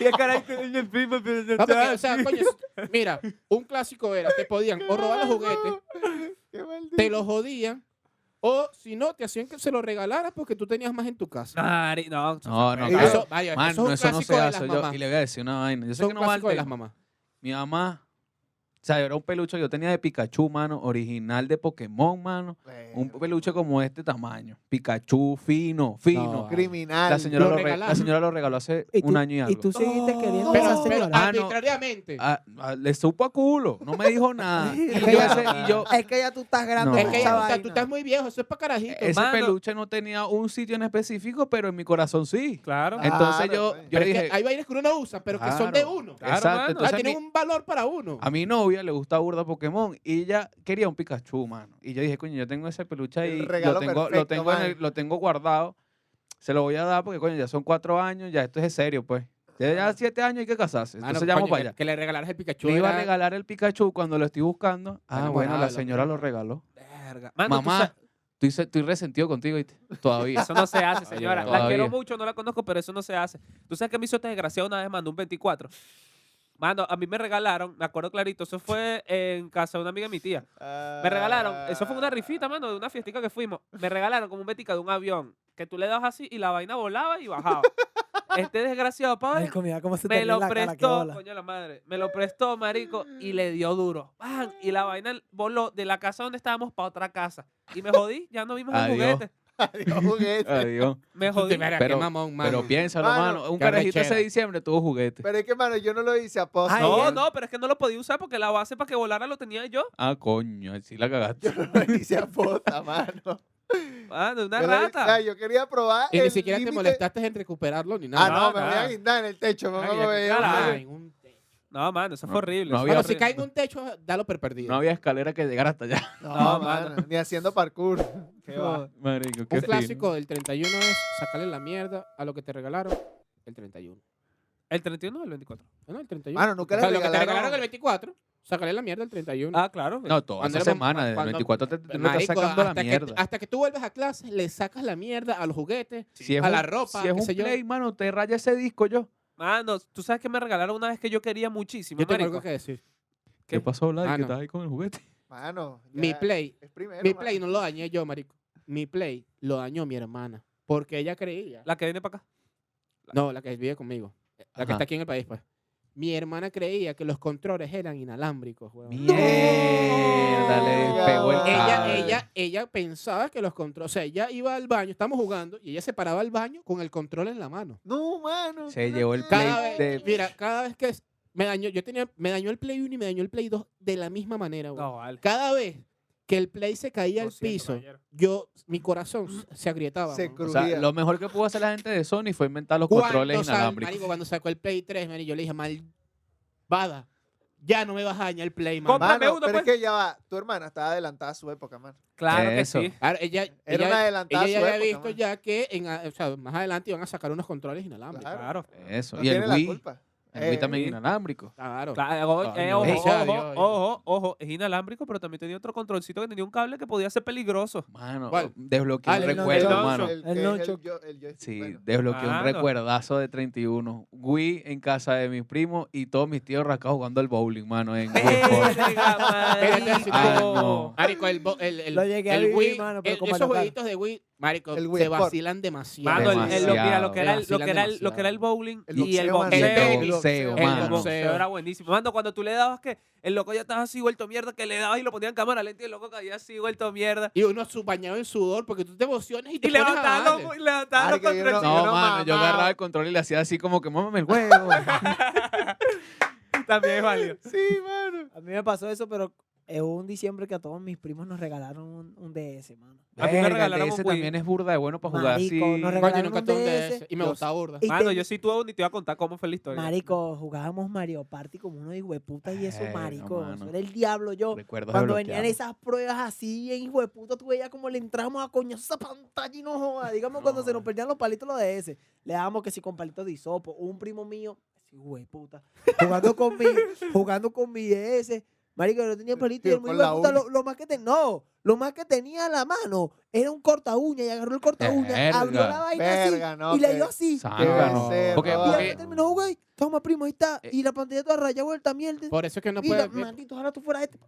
y el caray, coño, el primo, pero no No, porque, está o sea, aquí. coño, si- mira, un clásico era, te podían o robar los juguetes, Qué maldito. te los jodían, o si no, te hacían que se los regalaras porque tú tenías más en tu casa. Mari- no, eso fue No, feo. no, Ah, claro. Eso, vaya, Mano, eso es un eso no se clásico de las hace. yo- mamás. y le voy a decir una vaina. Yo Eso sé es que un no va al clásico de las tema. mamás. Mi mamá, o sea, era un peluche. Yo tenía de Pikachu, mano, original de Pokémon, mano. Un Bueno, peluche como este tamaño. Pikachu fino, fino. No. criminal. La señora Lo lo, re- regalaron. la señora lo regaló hace Y tú- un año y algo. Y tú seguiste queriendo Pero, a esa pero señora. ah, no. arbitrariamente. Ah, ah, le supo a culo, no me dijo nada. Y ah, Es yo, que ya- ese, y yo- Es que ya tú estás grande No. con es que esa o sea, tú vaina. estás muy viejo, eso es para carajitos. eh, ese Mano. peluche no tenía un sitio en específico, pero en mi corazón sí. Claro. Ah, Entonces Claro, yo, pues. yo Pero es que dije, hay vainas que uno no usa, pero que son de claro, uno. Claro, Exacto, mano. O sea, entonces tienen mi- Ah, un valor para uno. a mi novia le gusta burda Pokémon y ella quería un Pikachu, mano. Y yo dije, coño, yo tengo ese peluche ahí, El lo regalo tengo, lo, perfecto, tengo en el- man. lo tengo guardado, se lo voy a dar porque, coño, ya son cuatro años, ya esto es serio, pues. Ya, ya siete años hay que casarse, Mano, entonces ya vamos coño, para que- allá. Que le regalaras el Pikachu. Le iba a era- regalar el Pikachu cuando lo estoy buscando. Ah, Enamorado bueno, de la lo señora que- lo regaló. Verga. Ah, Mano, tú Mamá, sabes- estoy, se- estoy resentido contigo ¿viste? todavía. Eso no se hace, señora. La Todavía. quiero mucho, no la conozco, pero eso no se hace. Tú sabes que me hizo esta desgraciada una vez, mandó un 24. Mano, a mí me regalaron, me acuerdo clarito, eso fue en casa de una amiga de mi tía. Ah. Me regalaron, eso fue una rifita, mano, de una fiestica que fuimos. Me regalaron como un 24 de un avión, que tú le das así y la vaina volaba y bajaba. Este desgraciado padre Marico, mira cómo se te me ríe lo la cara, qué prestó, bola. coño la madre, me lo prestó, marico, y le dio duro. ¡Bam! Y la vaina voló de la casa donde estábamos para otra casa. Y me jodí, ya no vimos el Adiós. juguete. Adiós, juguete. Adiós. Me Tú te jodí. verás, qué Pero, mamón, mano. pero piénsalo, Mano, mano. Un qué carajito ese arrechera. diciembre tuvo juguete. Pero es que, mano, yo no lo hice a posta. Ay, No, Ayer. no, pero es que no lo podía usar porque la base para que volara lo tenía yo. Ah, coño, así la Yo cagaste. no lo hice a posta, mano. Ah, de una Yo lo- o rata. sea, yo quería probar. Y ni el siquiera te límite- molestaste en recuperarlo ni nada. Ah, no, No, me voy nada. a guindar en el techo. Mamá, Ay, me ya, voy a carajo. guindar. en un techo. No, mano, eso No, fue horrible. no eso fue había Bueno, horrible. si cae en un techo, dalo por perdido. No había escalera que llegara hasta allá. No, No, mano, mano. ni haciendo parkour. Qué va. Marico, qué un fino. clásico del 31 es sacarle la mierda a lo que te regalaron el 31. El 31 o el 24. Ah, No, el 31. Mano, nunca O le sea, lo que te regalaron el regalaron. 24, sacarle la mierda el 31. Ah, claro. No, toda Cuando esa éramos- semana, del cuando- 24 te, te- no estás Marico, sacando la hasta que- mierda. hasta que tú vuelves a clases, le sacas la mierda a los juguetes. si es a un, la ropa, si es qué un sé yo. play, mano, te raya ese disco yo. Mano, tú sabes que me regalaron una vez que yo quería muchísimo, Yo tengo marico? algo que decir. ¿Qué, ¿Qué? pasó, Vlad? Ah, que no. estás ahí con el juguete. Mano, ya Mi play Es primero, Mi mano. play no lo dañé yo, marico. Mi play lo dañó mi hermana. Porque ella creía. La que viene para acá. No, la que vive conmigo. La Ajá. que está aquí en el país, pues. mi hermana creía que los controles eran inalámbricos, huevón. Mierda, le despegó el Ella, cable. ella, ella pensaba que los controles, o sea, ella iba al baño, estamos jugando, y ella se paraba al baño con el control en la mano. No, mano. Se llevó el play Cada vez, de... mira, cada vez que es- me dañó, yo tenía, me dañó el Play 1 y me dañó el Play 2 de la misma manera, huevón. No, vale. Cada vez que el Play se caía Lo al siento, piso, caballero. yo, mi corazón se agrietaba. Se huevón. O sea, crujía. lo mejor que pudo hacer la gente de Sony fue inventar los Cuando controles sal- inalámbricos. marico, cuando sacó el Play 3, man, y yo le dije, malvada, ya no me vas a dañar el Play, man. ¿Cómo? Cómprame Mano, uno, pero es pues. que ya va. Tu hermana estaba adelantada a su época, mano. Claro que Eso. sí. Claro, ella, Era ella- una adelantada ella a su ya había visto época, man. ya que en a- o sea, más adelante iban a sacar unos controles inalámbricos. Claro. Claro. Eso. y No tiene el la Wii. culpa. El Wii Eh, también Wii. inalámbrico. Claro. Claro, eh, Ay, eh, no, ojo, gracias a ojo, Dios, ojo, ojo, es inalámbrico, pero también tenía otro controlcito que tenía un cable que podía ser peligroso. Mano, ¿Cuál? desbloqueó Ah, un el recuerdo, noncho, mano. El, El que es noncho. el yo- el joystick, Sí, bueno. desbloqueó un Mano. recuerdazo de 31. Wii en casa de mis primos y todos mis tíos rascados jugando al bowling, mano. En Wii Sport. Espérate, Ah, no. Marico, el, bo- el, el, Lo llegué a el vivir, Wii, mano, pero el- como esos anotar. jueguitos de Wii, Marico, El Wii se Sport. vacilan demasiado. Mano, el- el- lo- mira, Demasiado. lo que era el, lo que era el- lo Demasiado. que era el bowling El y el boxeo, mano. boxeo. El El El boxeo, el mano. boxeo. boxeo era buenísimo. Mano, cuando tú le dabas que el loco ya estaba así vuelto mierda, que le dabas y lo ponían en cámara lenta y el loco caía así vuelto mierda. Y uno su bañado en sudor porque tú te emocionas y te Y le pones a levantaba darle. los y levantaba los Marico, yo no- controlcitos. No, no mano, yo mamaba. agarraba el control y le hacía así como que mámame el huevo. También es válido. Sí, mano. A mí me pasó eso, pero es un diciembre que a todos mis primos nos regalaron un, un DS, mano. A mí me Verga, regalaron el DS un Wii. también es burda de bueno para jugar Marico, así. no Coño, regalaron nunca un tuve un DS, DS y me los- gustaba burda. Y Mano, ten- yo sí tuve uno y te iba a contar cómo fue la historia. Marico, jugábamos Mario Party como uno de hueputas y eso, Bueno, marico. mano. Eso era el diablo yo. Recuerdos Cuando venían desbloqueados. esas pruebas así, bien hijo de puta, tú veías como le entramos a coño esa pantalla y no joda. Digamos, cuando se nos perdían los palitos, los de ese. Le dábamos que si con palitos de hisopo. Un primo mío, ese hijo de puta, jugando con mi, jugando con mi DS. Marico, yo tenía palitos y Tío, el muy con hijo de la puta, uña. lo, lo más que tenía, no, lo más que tenía a la mano era un corta uña y agarró el corta uña, Verga. abrió la vaina Verga, así no, y le que- dio así. Zángano. ser, Porque, no, Y porque- ya terminó de jugar y toma, primo, ahí está. Eh. Y la pantalla toda rayada, vuelta mierda. Por eso es que no y la, pues, puedes. maldito, ojalá tú fueras este.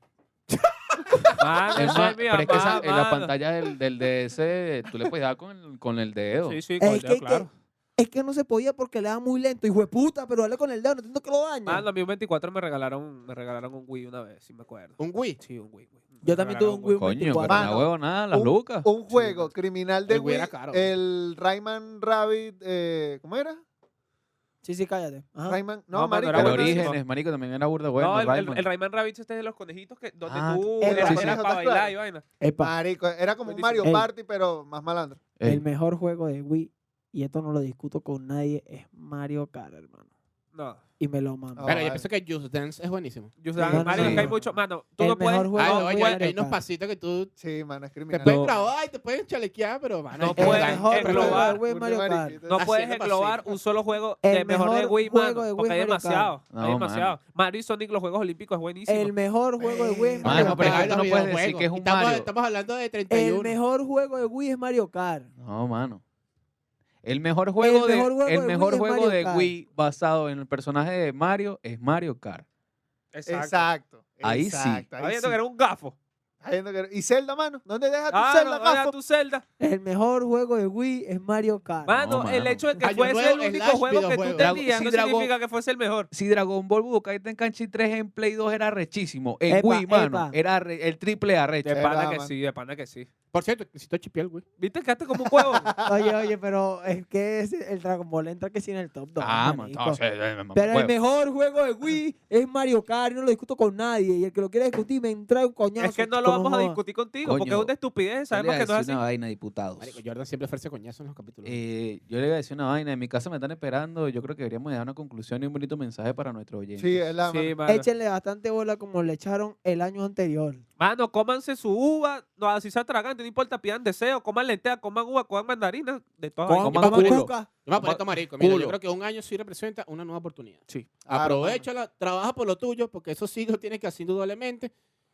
Mano, Es eso más, es mi pero es que esa- mamá, en la mano. pantalla del, del DS tú le puedes dar con el, con el dedo. Sí, sí, con Es el que, dedo, claro. que- es que no se podía porque le daba muy lento. Hijo de puta, pero dale con el dedo, no entiendo que lo dañe. Mano, a mí un 24 me regalaron, me regalaron un Wii una vez, si me acuerdo. Un Wii. Sí, un Wii. Wii. Yo Me también tuve regalaron un Wii. Coño, 24. pero una Mano, huevo nada, las un- lucas. Un juego criminal de El Wii Wii. era caro. El Rayman Rabbit. eh, ¿Cómo era? Sí, sí, cállate. Ajá. Rayman. No, Ah. No, mano, marico. era El bueno, buenísimo. Orígenes, marico, también era burda bueno. no, el, el, Rayman. el Rayman Rabbids este es de los conejitos que donde Ah, tú el eras, Rayman eras Rabbids, para claro. bailar y vaina. Epa, Marico, era como un Buenísimo. Mario Ey. Party, pero más malandro. Ey, el mejor juego de Wii, y esto no lo discuto con nadie, es Mario Kart, hermano. No. Y me lo mamo. Ah, Pero yo vale. pienso que Just Dance es buenísimo. Yo No, no, Mario, no, que hay no. mucho. Mano, tú El no puedes. mejor juego Ah, de oye, Mario hay unos Kart. pasitos que tú Sí, mano, es te criminal. pueden grabar y te pueden chalequear, pero mano, No Just El puedes Dance- mejor englobar, juego de Wii, Uno Mario Mario Kart. Kart. No Haciendo puedes pasitos. englobar un solo juego El de mejor de mejor Wii, juego mano, de Wii porque hay es Mario Kart. demasiado. No, hay mano. demasiado. Mario y Sonic, los Juegos Olímpicos, es buenísimo. El mejor juego de Wii es Mano, Mario pero es que Kart. tú los no puedes decir videojuegos. que es un estamos, Mario. Estamos hablando de 31. El mejor juego de Wii es Mario Kart. No, mano. El mejor juego de, mejor juego de el Wii mejor es juego Mario de Kart. Wii basado en el personaje de Mario es Mario Kart. pues, Exacto. Exacto. Ahí sí. exacto, Estaba ahí viendo sí. que era un gafo. Ahí viendo que era- Y Zelda, mano. ¿Dónde deja tu Ah, Zelda, no, era gafo? tu celda. El mejor juego de Wii es Mario Kart. Mano, No, el mano. hecho de que Hay un fuese el juego único slash juego que tú videojuego. tenías Dragon- no sí, Dragon- significa que fuese el mejor. Si Dragon Ball Budokai Tenkaichi 3 en Play 2 era rechísimo, en Epa, Wii, mano, epa. era re- el triple arrecho. De Es pana verdad, que mano. sí, de pana que sí. Por cierto, necesito chipear, güey. ¿Viste? Quedaste como un huevo. Oye, oye, pero es que ese- el Dragon Ball entra que sí en el top 2. Ah, mano, no, sí, sí, mamá, Pero el huevo. mejor juego de Wii es Mario Kart, no lo discuto con nadie. Y el que lo quiera discutir me entra un coñazo. es que no chico, lo vamos a joda. discutir contigo Coño, porque es una estupidez. Yo le Sabemos iba a que no es decir así. una vaina, diputados. Marico, Jordan siempre ofrece coñazo en los capítulos. Eh, yo le iba a decir una vaina. En mi casa me están esperando. Yo creo que deberíamos dejar una conclusión y un bonito mensaje para nuestro oyente. Sí, es la Sí, mano. mano. Échenle bastante bola como le echaron el año anterior. Mano, cómanse su uva. No, así se atragante, no importa, pidan deseo. Coman lenteja, coman uva, coman mandarina. De todas Coman- coman coman culo. cuca. Yo me voy a poner esto, marico. Mira, Culo. yo creo que un año sí representa una nueva oportunidad. Sí. Claro, Aprovechala, trabaja por lo tuyo, porque eso sí lo tienes que hacer indudablemente,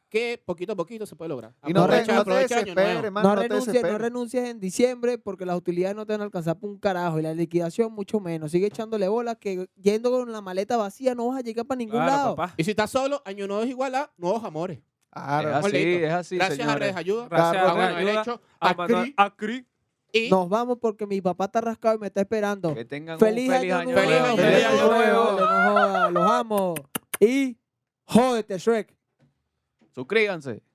que poquito a poquito se puede lograr. Y no te, Aprovecha, no te aprovecha año nuevo. desesperes, mano. No, No te renuncies, no desesperes. renuncies en diciembre porque las utilidades no te van a alcanzar por un carajo y la liquidación mucho menos. Sigue echándole bola que yendo con la maleta vacía no vas a llegar para ningún lado. Claro, papá. Y si estás solo, año nuevo es igual a nuevos amores. Claro. es así, Listo. es así, Gracias a señores. Redes Ayuda, Gracias Claro, a a Redes Dios, ayuda, Bueno Ah, Derecho, a a Manuel- Cri a Cri, Y Nos vamos porque mi papá está rascado y me está esperando. Que tengan Feliz, un feliz año, año nuevo. Feliz año Feliz nuevo. vale, no jodas, Los amo. Y jódete, Shrek. Suscríbanse.